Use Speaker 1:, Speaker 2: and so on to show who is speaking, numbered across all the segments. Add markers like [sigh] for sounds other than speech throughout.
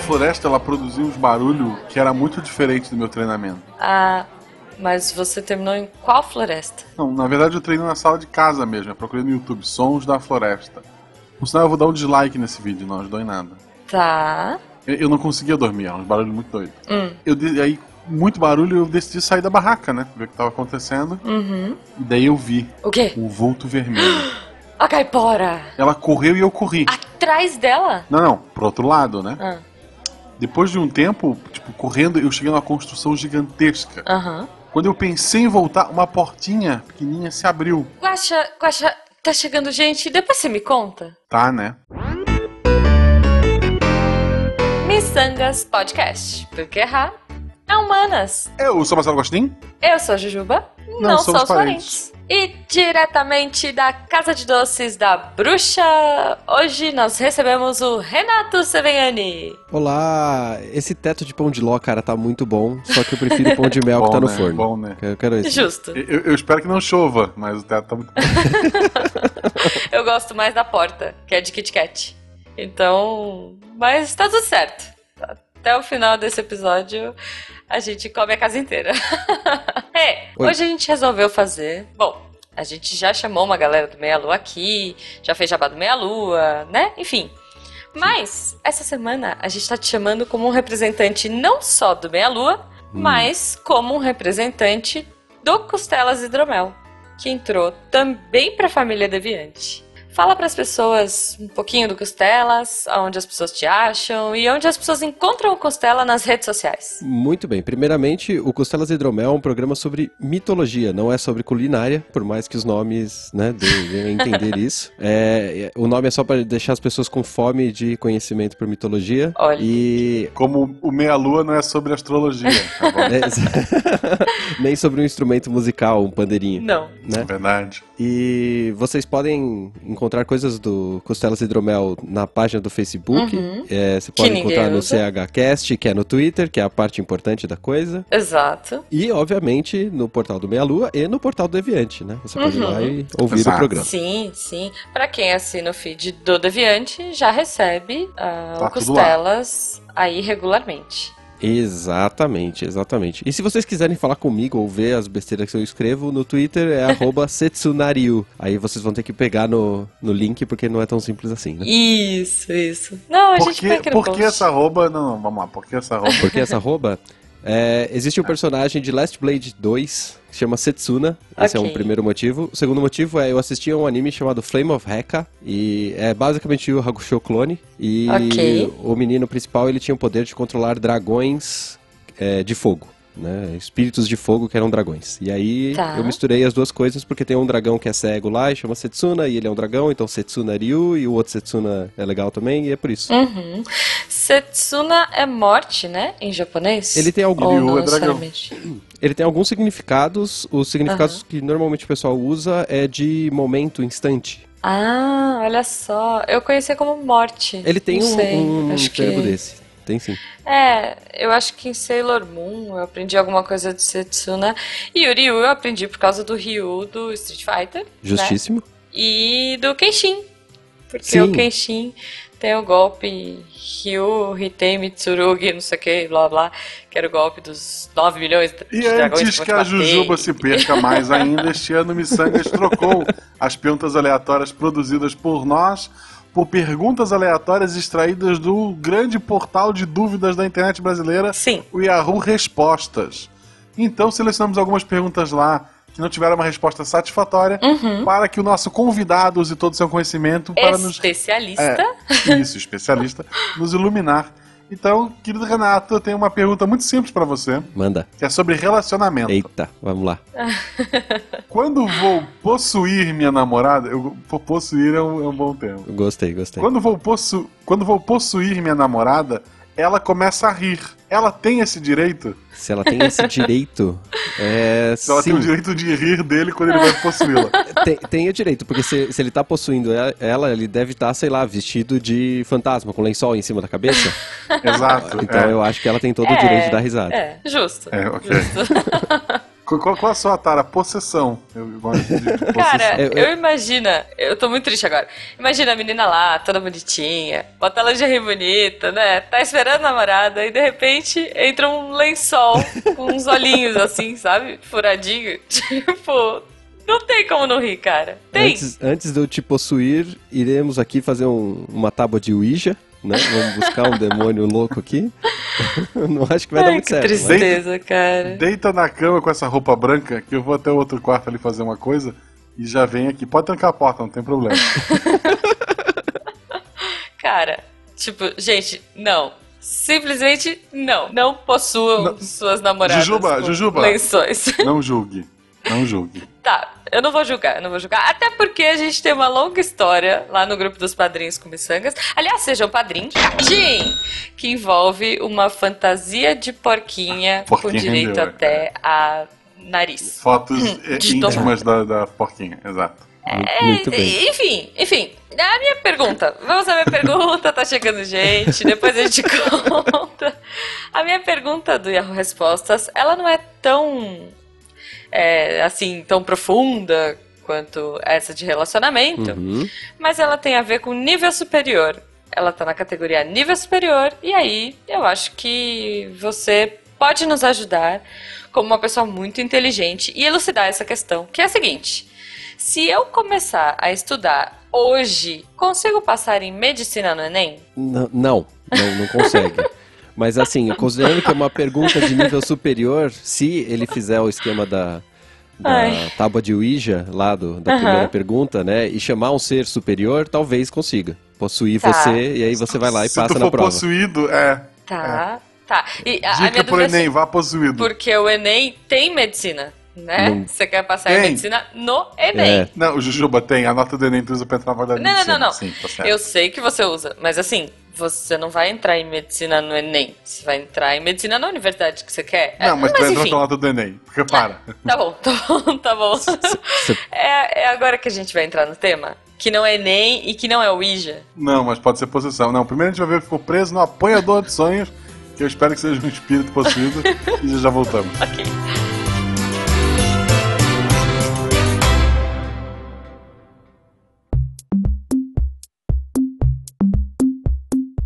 Speaker 1: floresta ela produziu uns barulhos que era muito diferente do meu treinamento.
Speaker 2: Ah, mas você terminou em qual floresta?
Speaker 1: Não, na verdade eu treinei na sala de casa mesmo. Eu procurei no YouTube Sons da Floresta. Por sinal, eu vou dar um dislike nesse vídeo, não ajudou em nada.
Speaker 2: Tá.
Speaker 1: Eu, eu não conseguia dormir, era um barulho muito doido.
Speaker 2: Hum.
Speaker 1: Eu de- aí, muito barulho, eu decidi sair da barraca, né? Ver o que tava acontecendo.
Speaker 2: Uhum.
Speaker 1: E daí eu vi
Speaker 2: O quê?
Speaker 1: o vulto vermelho.
Speaker 2: A caipora!
Speaker 1: Ela correu e eu corri.
Speaker 2: Atrás dela?
Speaker 1: Não, não, pro outro lado, né?
Speaker 2: Ah,
Speaker 1: Depois de um tempo, tipo, correndo, eu cheguei numa construção gigantesca.
Speaker 2: Aham.
Speaker 1: Quando eu pensei em voltar, uma portinha pequenininha se abriu.
Speaker 2: Guaxa, Guaxa, tá chegando gente, depois você me conta.
Speaker 1: Tá, né?
Speaker 2: Missangas Podcast, porque errar é humanas.
Speaker 1: Eu sou Marcelo Gostin.
Speaker 2: Eu sou a Jujuba, não,
Speaker 1: Não
Speaker 2: sou
Speaker 1: somos
Speaker 2: os parentes. E diretamente da Casa de Doces da Bruxa, hoje nós recebemos o Renato Seveniani.
Speaker 3: Olá! Esse teto de pão de ló, cara, tá muito bom. Só que eu prefiro o pão de mel que tá no
Speaker 1: né? [laughs]
Speaker 3: forno.
Speaker 1: Bom, né?
Speaker 3: Eu quero esse.
Speaker 2: Justo.
Speaker 1: Eu, eu espero que não chova, mas o teto tá muito.
Speaker 2: [laughs] Eu gosto mais da porta, que é de Kit Kat. Então, mas tá tudo certo. Até o final desse episódio, a gente come a casa inteira. é,
Speaker 3: Oi.
Speaker 2: hoje a gente resolveu fazer. Bom, a gente já chamou uma galera do Meia Lua aqui, já fez jabá do Meia Lua, né? Enfim. Mas, essa semana, a gente tá te chamando como um representante não só do Meia Lua, mas como um representante do Costelas Hidromel, que entrou também para a família Deviante. Fala para as pessoas um pouquinho do Costelas, onde as pessoas te acham e onde as pessoas encontram o Costela nas redes sociais.
Speaker 3: Muito bem. Primeiramente, o Costelas Hidromel é um programa sobre mitologia, não é sobre culinária, por mais que os nomes, né, deem
Speaker 1: [laughs]
Speaker 3: a entender isso. É, é, o nome é só pra deixar as pessoas com fome de conhecimento por mitologia.
Speaker 2: Olha.
Speaker 3: E.
Speaker 1: Como o meia-lua não é sobre astrologia,
Speaker 3: [laughs]
Speaker 1: tá
Speaker 3: né?
Speaker 1: bom?
Speaker 3: é- Nem sobre um instrumento musical, um pandeirinho.
Speaker 2: Não.
Speaker 1: É
Speaker 3: Né?
Speaker 1: verdade.
Speaker 3: E vocês podem encontrar coisas do Costelas Hidromel na página do Facebook.
Speaker 2: Uhum.
Speaker 3: É, você
Speaker 2: Que
Speaker 3: pode
Speaker 2: ninguém
Speaker 3: encontrar no
Speaker 2: usa.
Speaker 3: CHCast, que é no Twitter, que é a parte importante da coisa.
Speaker 2: Exato.
Speaker 3: E, obviamente, no portal do Meia Lua e no portal do Deviante, né? Você pode ir lá
Speaker 2: Uhum.
Speaker 3: e ouvir
Speaker 1: Exato.
Speaker 3: o programa.
Speaker 2: Sim, sim. Para quem assina o feed do Deviante, já recebe ah,
Speaker 1: Tá
Speaker 2: o
Speaker 1: tudo lá.
Speaker 2: Costelas aí regularmente.
Speaker 3: Exatamente, exatamente. E se vocês quiserem falar comigo ou ver as besteiras que eu escrevo, no Twitter
Speaker 2: [laughs]
Speaker 3: é arroba Setsunariu. Aí vocês vão ter que pegar no, no link, porque não é tão simples assim, né?
Speaker 2: Isso, isso. Não, a
Speaker 1: Por
Speaker 2: gente vai
Speaker 1: que,
Speaker 2: aqui no
Speaker 1: por que
Speaker 2: post.
Speaker 1: essa roupa? Não, não, vamos lá. Por que essa roupa?
Speaker 3: Porque essa arroba. é, existe
Speaker 2: Ah,
Speaker 3: um personagem de Last Blade 2 que chama Setsuna. Esse
Speaker 2: Ok.
Speaker 3: é um primeiro motivo. O segundo motivo é eu assisti a um anime chamado Flame of Heka. E é basicamente o Hakusho clone. E
Speaker 2: Ok.
Speaker 3: o menino principal ele tinha o poder de controlar dragões é, de fogo. Né? Espíritos de fogo que eram dragões. E aí
Speaker 2: Tá.
Speaker 3: eu misturei as duas coisas porque tem um dragão que é cego lá e chama Setsuna. E ele é um dragão, então Setsuna Ryu. E o outro Setsuna é legal também. E é por isso.
Speaker 2: Uhum. Setsuna é morte, né? Em japonês?
Speaker 3: Ele tem algum.
Speaker 2: Ou
Speaker 1: Ryu
Speaker 2: não
Speaker 1: é dragão.
Speaker 2: necessariamente?
Speaker 3: Ele tem alguns significados. Os significados que normalmente o pessoal usa é de momento, instante.
Speaker 2: Ah, olha só. Eu conhecia como morte.
Speaker 3: Ele tem
Speaker 2: não
Speaker 3: um,
Speaker 2: sei.
Speaker 3: um
Speaker 2: acho que...
Speaker 3: verbo desse. Tem sim.
Speaker 2: É, eu acho que em Sailor Moon eu aprendi alguma coisa de Setsuna. E o Ryu eu aprendi por causa do Ryu do Street Fighter. né?
Speaker 3: Justíssimo.
Speaker 2: E do Kenshin. Porque
Speaker 3: Sim.
Speaker 2: o Kenshin tem o golpe Ryu, Hitei, Tsurugi, não sei o que, blá blá, que era o golpe dos 9 milhões de
Speaker 1: E
Speaker 2: dragões
Speaker 1: antes
Speaker 2: vão te
Speaker 1: que a
Speaker 2: bater.
Speaker 1: Jujuba se perca mais ainda, este ano o Missangas trocou as perguntas aleatórias produzidas por nós por perguntas aleatórias extraídas do grande portal de dúvidas da internet brasileira,
Speaker 2: Sim.
Speaker 1: o Yahoo Respostas. Então selecionamos algumas perguntas lá que não tiveram uma resposta satisfatória para que o nosso convidado use todo o seu conhecimento para nos
Speaker 2: Especialista.
Speaker 1: isso, especialista, nos iluminar. Então, querido Renato, eu tenho uma pergunta muito simples para você,
Speaker 3: Manda.
Speaker 1: que é sobre relacionamento.
Speaker 3: Eita, vamos lá.
Speaker 1: Quando vou possuir minha namorada, eu po- possuir é um, é um bom termo.
Speaker 3: Gostei, gostei.
Speaker 1: Quando vou, possu, quando vou possuir minha namorada, ela começa a rir. Ela tem esse direito?
Speaker 3: Se ela tem esse direito.
Speaker 1: [laughs]
Speaker 3: É.
Speaker 1: Se Ela
Speaker 3: sim,
Speaker 1: tem o direito de rir dele quando ele vai possuí-la.
Speaker 3: tem, tem o direito, porque se, se ele tá possuindo ela, ela, ele deve estar, sei lá, vestido de fantasma, com lençol em cima da cabeça.
Speaker 1: Exato. é.
Speaker 3: Então Ah, eu acho que ela tem todo
Speaker 2: É.
Speaker 3: o direito de dar risada.
Speaker 2: É, justo.
Speaker 1: É, ok.
Speaker 2: Justo.
Speaker 1: Qual, qual a sua tara? Possessão. Eu gosto de,
Speaker 2: [laughs]
Speaker 1: de possessão.
Speaker 2: Cara,
Speaker 3: Eu-
Speaker 2: eu, imagina, eu tô muito triste agora. Imagina a menina lá, toda bonitinha, bota lingerie bonita, né? Tá esperando a namorada e de repente entra um lençol com uns olhinhos assim, [laughs] sabe? Furadinho. [laughs] Tipo, não tem como não rir, cara. Tem.
Speaker 3: Antes, antes de eu te possuir, iremos aqui fazer um- uma tábua de Ouija, né? Vamos
Speaker 2: [laughs]
Speaker 3: buscar um demônio louco aqui. [laughs] Não acho que vai dar
Speaker 2: Ai,
Speaker 3: muito
Speaker 2: que
Speaker 3: certo. né? mas-
Speaker 2: tristeza, cara.
Speaker 1: Deita na cama com essa roupa branca, que eu vou até o outro quarto ali fazer uma coisa e já vem aqui. Pode trancar a porta, não tem problema.
Speaker 2: Cara, tipo, gente, não. Simplesmente não. Não possuam suas namoradas.
Speaker 1: Jujuba,
Speaker 2: com
Speaker 1: Jujuba.
Speaker 2: Lençóis.
Speaker 1: Não julgue. Não julgue.
Speaker 2: Tá, eu não vou julgar, eu não vou julgar. Até porque a gente tem uma longa história lá no grupo dos padrinhos com miçangas. Aliás, sejam padrinhos. Tim! Que envolve uma fantasia de porquinha com
Speaker 1: Porquinha
Speaker 2: direito
Speaker 1: rendeu,
Speaker 3: é.
Speaker 2: até a nariz.
Speaker 1: Fotos eh,
Speaker 2: Hum, De
Speaker 1: íntimas da, da porquinha, exato.
Speaker 3: Mu- Muito bem.
Speaker 2: Enfim, enfim. é A minha pergunta. Vamos à minha pergunta, tá chegando gente, depois a gente [laughs] conta. A minha pergunta do Yahoo Respostas, ela não é tão. é, assim, tão profunda quanto essa de relacionamento,
Speaker 3: Uhum.
Speaker 2: mas ela tem a ver com nível superior. Ela tá na categoria nível superior, e aí eu acho que você pode nos ajudar como uma pessoa muito inteligente e elucidar essa questão, que é a seguinte: se eu começar a estudar hoje, consigo passar em medicina no Enem?
Speaker 3: N- Não, não, não consegue. Mas assim, considerando que é uma pergunta de nível superior, se ele fizer o esquema da, da
Speaker 2: Ai.
Speaker 3: tábua de Ouija, lá do, da
Speaker 2: Aham.
Speaker 3: primeira pergunta, né? E chamar um ser superior, talvez consiga. Possuir
Speaker 2: Tá.
Speaker 3: você, e aí você vai lá e
Speaker 1: Se
Speaker 3: passa
Speaker 1: tu
Speaker 3: na
Speaker 1: for
Speaker 3: prova.
Speaker 1: possuído, é.
Speaker 2: Tá, tá. E a, a minha
Speaker 1: Dica pro
Speaker 2: dúvida é assim,
Speaker 1: Enem, vá possuído.
Speaker 2: porque o Enem tem medicina, né?
Speaker 3: Não.
Speaker 2: Você quer passar em
Speaker 1: Hum. Tem.
Speaker 2: medicina no Enem.
Speaker 3: É.
Speaker 1: Não, o Jujuba tem, a nota do Enem tu usa pra entrar na faculdade de
Speaker 2: Não,
Speaker 1: medicina.
Speaker 2: não, não, não.
Speaker 1: Sim, tá certo.
Speaker 2: Eu sei que você usa, mas assim, você não vai entrar em medicina no Enem. Você vai entrar em medicina na universidade que você quer. É,
Speaker 1: Não, mas, tu entrou
Speaker 2: enfim,
Speaker 1: pela nota do Enem. Porque para.
Speaker 2: tá bom, tá bom, tá bom.
Speaker 3: Você
Speaker 2: [laughs] É, é agora que a gente vai entrar no tema, que não é Enem e que não é Ouija.
Speaker 1: Não, mas pode ser possessão. Não, primeiro a gente vai ver que ficou preso no apanhador de sonhos, que eu espero que seja um espírito possuído, e já voltamos.
Speaker 2: Ok.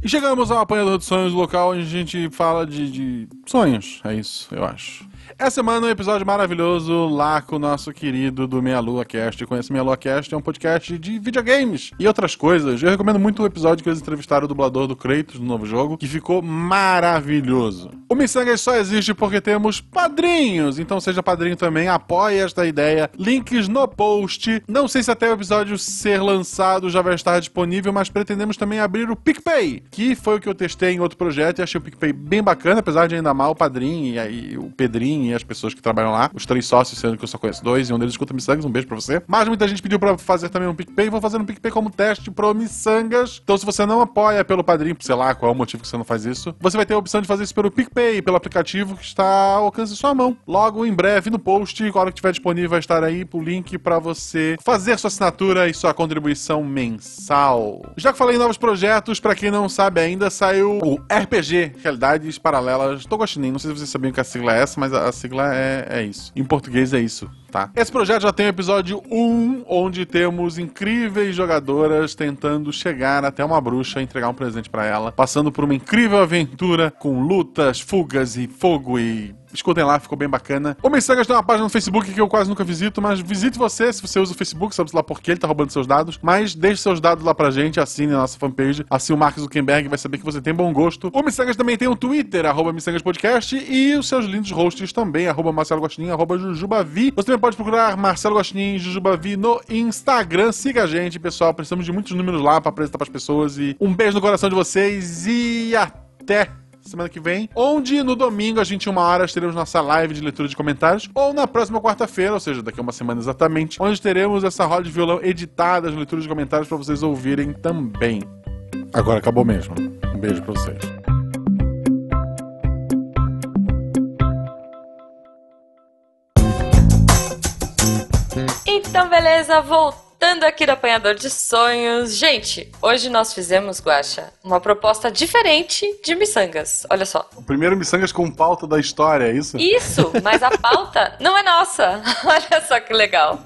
Speaker 1: E chegamos ao apanhador de sonhos local onde a gente fala de, de sonhos. É isso, eu acho. Essa semana um episódio maravilhoso lá com o nosso querido do Meia Lua Cast. Conhece Meia Lua Cast, é um podcast de videogames e outras coisas. Eu recomendo muito o episódio que eles entrevistaram o dublador do Kratos no novo jogo, que ficou maravilhoso. O Missangas só existe porque temos padrinhos, então seja padrinho também, apoie esta ideia. Links no post. Não sei se até o episódio ser lançado já vai estar disponível, mas pretendemos também abrir o PicPay, que foi o que eu testei em outro projeto e achei o PicPay bem bacana, apesar de ainda mal o padrinho e aí o Pedrinho e as pessoas que trabalham lá, os três sócios, sendo que eu só conheço dois, e um deles escuta Missangas, um beijo pra você. Mas muita gente pediu pra fazer também um PicPay, vou fazer um PicPay como teste pro Missangas. Então se você não apoia pelo padrinho, sei lá qual é o motivo que você não faz isso, você vai ter a opção de fazer isso pelo PicPay, pelo aplicativo que está ao alcance de sua mão. Logo em breve no post, a hora que estiver disponível, vai estar aí o link pra você fazer sua assinatura e sua contribuição mensal. Já que falei em novos projetos, pra quem não sabe ainda, saiu o RPG, Realidades Paralelas Togoshinin. Não sei se vocês sabiam que a sigla é essa, mas a a sigla é, é isso. Em português é isso. Tá. Esse projeto já tem o episódio 1, onde temos incríveis jogadoras tentando chegar até uma bruxa e entregar um presente pra ela, passando por uma incrível aventura com lutas, fugas e fogo e Escutem lá, ficou bem bacana. O Missangas tem uma página no Facebook que eu quase nunca visito, mas visite você se você usa o Facebook, sabe lá por que ele tá roubando seus dados. Mas deixe seus dados lá pra gente, assine a nossa fanpage, assim o Mark Zuckerberg vai saber que você tem bom gosto. O Missangas também tem um Twitter, arroba Missangas Podcast, e os seus lindos hosts também, arroba Marcelo Gostinho, arroba Jujubavi. Você também pode procurar Marcelo Gostinho e Jujubavi no Instagram. Siga a gente, pessoal. Precisamos de muitos números lá pra apresentar pras pessoas. E um beijo no coração de vocês e até! semana que vem, onde no domingo às 21 horas teremos nossa live de leitura de comentários, ou na próxima quarta-feira, ou seja, daqui a uma semana exatamente, onde teremos essa roda de violão editada, as leituras de comentários pra vocês ouvirem também. Agora acabou mesmo. Um beijo pra vocês.
Speaker 2: Então, beleza, voltamos. Voltando aqui do Apanhador de Sonhos. Gente, hoje nós fizemos, Guaxa, uma proposta diferente de miçangas. Olha só.
Speaker 1: O primeiro Missangas com pauta da história, é isso?
Speaker 2: Isso, mas a pauta não é nossa. [laughs] Olha só que legal.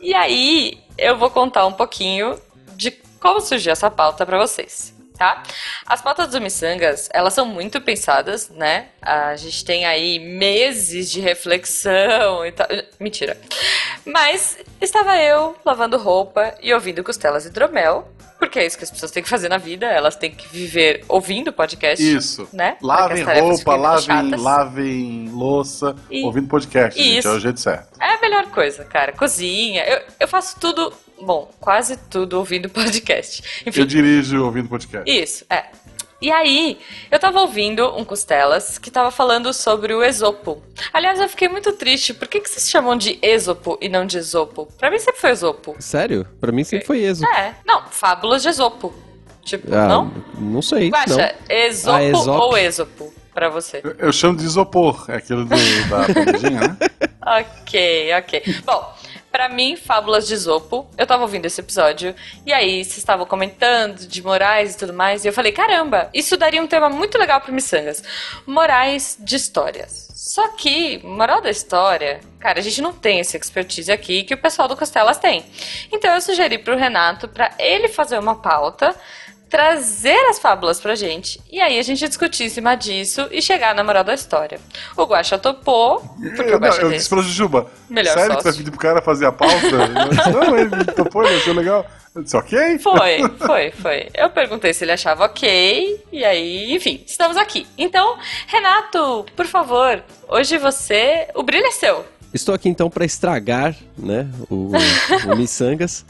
Speaker 2: E aí, eu vou contar um pouquinho de como surgiu essa pauta para vocês, tá? As pautas do Missangas, elas são muito pensadas, né? A gente tem aí meses de reflexão e tal. Mentira. Mas estava eu lavando roupa e ouvindo costelas e hidromel, porque é isso que as pessoas têm que fazer na vida, elas têm que viver ouvindo podcast.
Speaker 1: Isso.
Speaker 2: Né? Para que
Speaker 1: Lavem
Speaker 2: as tarefas
Speaker 1: roupa,
Speaker 2: fiquem
Speaker 1: lavem,
Speaker 2: chatas.
Speaker 1: lavem louça,
Speaker 2: E-
Speaker 1: ouvindo podcast, gente,
Speaker 2: Isso.
Speaker 1: é o jeito certo.
Speaker 2: É a melhor coisa, cara. Cozinha. Eu, eu faço tudo, bom, quase tudo ouvindo [laughs] podcast. Enfim,
Speaker 1: Eu dirijo ouvindo podcast.
Speaker 2: isso, é. E aí, eu tava ouvindo um Costelas que tava falando sobre o Esopo. Aliás, eu fiquei muito triste. Por que, que vocês chamam de Esopo e não de Esopo? Pra mim sempre foi Esopo.
Speaker 3: Sério? Pra mim sempre foi Esopo.
Speaker 2: É, não, Fábulas de Esopo. Tipo,
Speaker 3: Ah,
Speaker 2: não?
Speaker 3: Não sei, não.
Speaker 2: Guaxa, Esopo
Speaker 3: Ah, Esope.
Speaker 2: ou Esopo pra você?
Speaker 1: Eu- Eu chamo de isopor, é aquilo do-
Speaker 2: [laughs]
Speaker 1: da pandinha, né?
Speaker 2: Ok, ok. Bom, pra mim, Fábulas de Isopo. Eu tava ouvindo esse episódio, e aí vocês estavam comentando de Moraes e tudo mais, e eu falei, caramba, isso daria um tema muito legal pro Missangas. Morais de histórias. Só que, moral da história, cara, a gente não tem essa expertise aqui que o pessoal do Costelas tem. Então eu sugeri pro Renato pra ele fazer uma pauta trazer as fábulas pra gente e aí a gente discutir em cima disso e chegar na moral da história. O Guaxa topou, porque o
Speaker 1: Eu, não,
Speaker 2: Guaxa
Speaker 1: eu
Speaker 2: tem
Speaker 1: disse pra Jujuba,
Speaker 2: Melhor
Speaker 1: sério que
Speaker 2: sócio.
Speaker 1: você vai pedir pro cara fazer a pauta? Eu disse, não, ele topou, ele achou legal. Eu disse, ok.
Speaker 2: Foi, foi, foi. Eu perguntei se ele achava ok, e aí, enfim, estamos aqui. Então, Renato, por favor, hoje você. O brilho é seu.
Speaker 3: Estou aqui então para estragar, né, o, o [laughs] Missangas.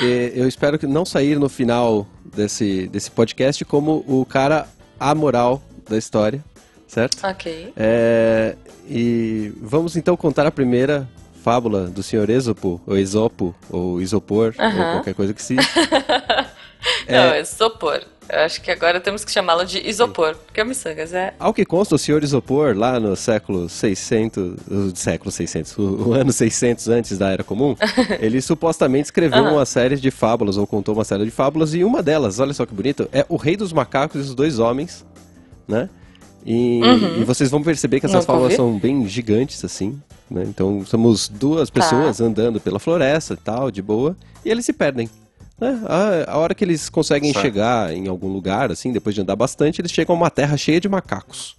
Speaker 3: E eu espero que não sair no final desse, desse podcast como o cara amoral da história, certo?
Speaker 2: Ok.
Speaker 3: É, e vamos então contar a primeira fábula do senhor Esopo, ou Esopo, ou Isopor, ou
Speaker 2: Aham.
Speaker 3: qualquer coisa que se...
Speaker 2: [laughs] Não, é isopor. Eu acho que agora temos que chamá-lo de isopor, porque o miçangas é.
Speaker 3: Ao que consta, o senhor Isopor, lá no século 600, o século 600, o, o ano 600 antes da
Speaker 2: [laughs]
Speaker 3: Era Comum, ele supostamente escreveu
Speaker 2: Aham.
Speaker 3: uma série de fábulas, ou contou uma série de fábulas, e uma delas, olha só que bonito, é O Rei dos Macacos e os Dois Homens, né? E,
Speaker 2: Uhum.
Speaker 3: e vocês vão perceber que essas
Speaker 2: Nunca ouvi.
Speaker 3: fábulas são bem gigantes, assim, né? Então, somos duas
Speaker 2: Tá.
Speaker 3: pessoas andando pela floresta e tal, de boa, e eles se perdem. Né? A, a hora que eles conseguem
Speaker 1: Certo.
Speaker 3: chegar em algum lugar, assim, depois de andar bastante, eles chegam a uma terra cheia de macacos.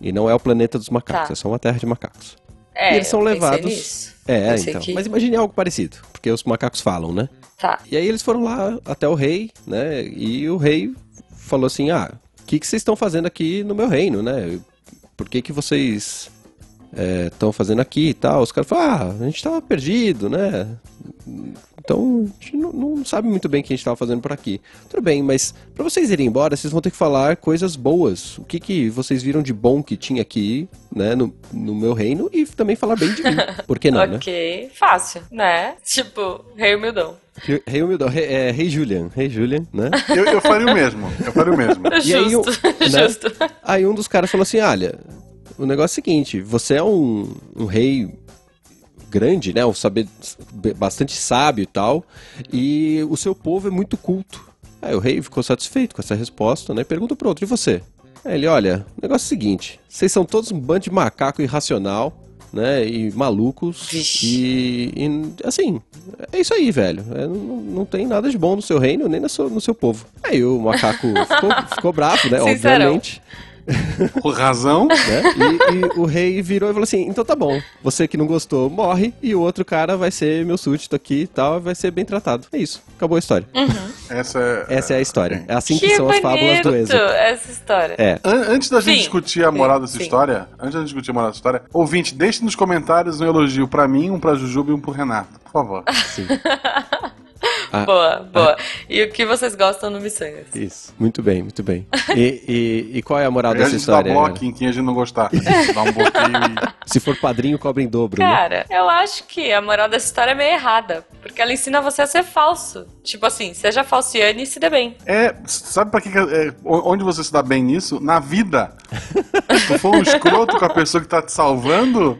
Speaker 3: E não é o planeta dos macacos,
Speaker 2: Tá.
Speaker 3: é só uma terra de macacos.
Speaker 2: é
Speaker 3: E eles são
Speaker 2: eu pensei
Speaker 3: levados-
Speaker 2: nisso.
Speaker 3: É,
Speaker 2: Pensei
Speaker 3: então.
Speaker 2: que-
Speaker 3: Mas imagine algo parecido, porque os macacos falam, né?
Speaker 2: Tá.
Speaker 3: E aí eles foram lá até o rei, né? E o rei falou assim: Ah, o que, que vocês estão fazendo aqui no meu reino, né? Por que, que vocês estão fazendo aqui e tal? Os caras falaram: Ah, a gente tava perdido, né? Então a gente não, não sabe muito bem o que a gente tava fazendo por aqui. Tudo bem, mas para vocês irem embora, vocês vão ter que falar coisas boas. O que, que vocês viram de bom que tinha aqui, né? No, no meu reino e também falar bem de mim. Por que não,
Speaker 2: [laughs]
Speaker 3: né?
Speaker 2: ok. Fácil, né? Tipo, rei humildão.
Speaker 3: Rei- Rei Humildão, rei, é, rei Julian, Rei Julian, né?
Speaker 1: Eu, eu faria o mesmo, eu faria o
Speaker 2: [laughs]
Speaker 1: mesmo.
Speaker 3: E aí,
Speaker 2: Justo,
Speaker 3: o- né?
Speaker 2: justo.
Speaker 3: Aí um dos caras falou assim: olha, o negócio é o seguinte, você é um, um rei grande, né? Um saber bastante sábio e tal, e o seu povo é muito culto. Aí o rei ficou satisfeito com essa resposta, né? e Pergunta pro outro, e você? Aí ele, olha, o negócio é o seguinte, vocês são todos um bando de macaco irracional, né? E malucos.
Speaker 2: Vixe.
Speaker 3: E, e, assim, é isso aí, velho. É, não, não tem nada de bom no seu reino, nem no seu, no seu povo. Aí o macaco ficou, ficou bravo, né?
Speaker 2: Sincerão.
Speaker 3: Obviamente
Speaker 1: Por razão,
Speaker 3: né? E, e o rei virou e falou assim: então tá bom, você que não gostou morre, e o outro cara vai ser meu súdito aqui e tal, vai ser bem tratado. É isso, acabou a história.
Speaker 1: essa é...
Speaker 3: Essa é a história. É assim que,
Speaker 2: que
Speaker 3: são as
Speaker 2: bonito
Speaker 3: fábulas do Êxodo.
Speaker 2: essa história.
Speaker 3: É.
Speaker 1: An- Antes da gente
Speaker 2: Sim,
Speaker 1: discutir a moral
Speaker 2: sim,
Speaker 1: dessa
Speaker 2: sim.
Speaker 1: história, antes da gente discutir a moral dessa história, ouvinte, deixe nos comentários um elogio pra mim, um pra Jujuba e um pro Renato, por favor.
Speaker 3: Ah.
Speaker 2: Boa, boa. E o que vocês gostam no Missangas?
Speaker 3: Isso. Muito bem, muito bem. E, e- e qual é a moral
Speaker 1: Aí a
Speaker 3: dessa
Speaker 1: gente dá
Speaker 3: história? é.
Speaker 1: bloco
Speaker 3: Ana?
Speaker 1: em quem a gente não gostar. [laughs] Dá um bloqueio
Speaker 3: Se for padrinho, cobra em dobro, né?
Speaker 2: Cara, eu acho que a moral dessa história é meio errada. Porque ela ensina você a ser falso. Tipo assim, seja falciane e se dê bem.
Speaker 1: e... É, sabe pra que, que é- é, o- onde você se dá bem nisso? Na vida. Se tu for um escroto com a pessoa que tá te salvando,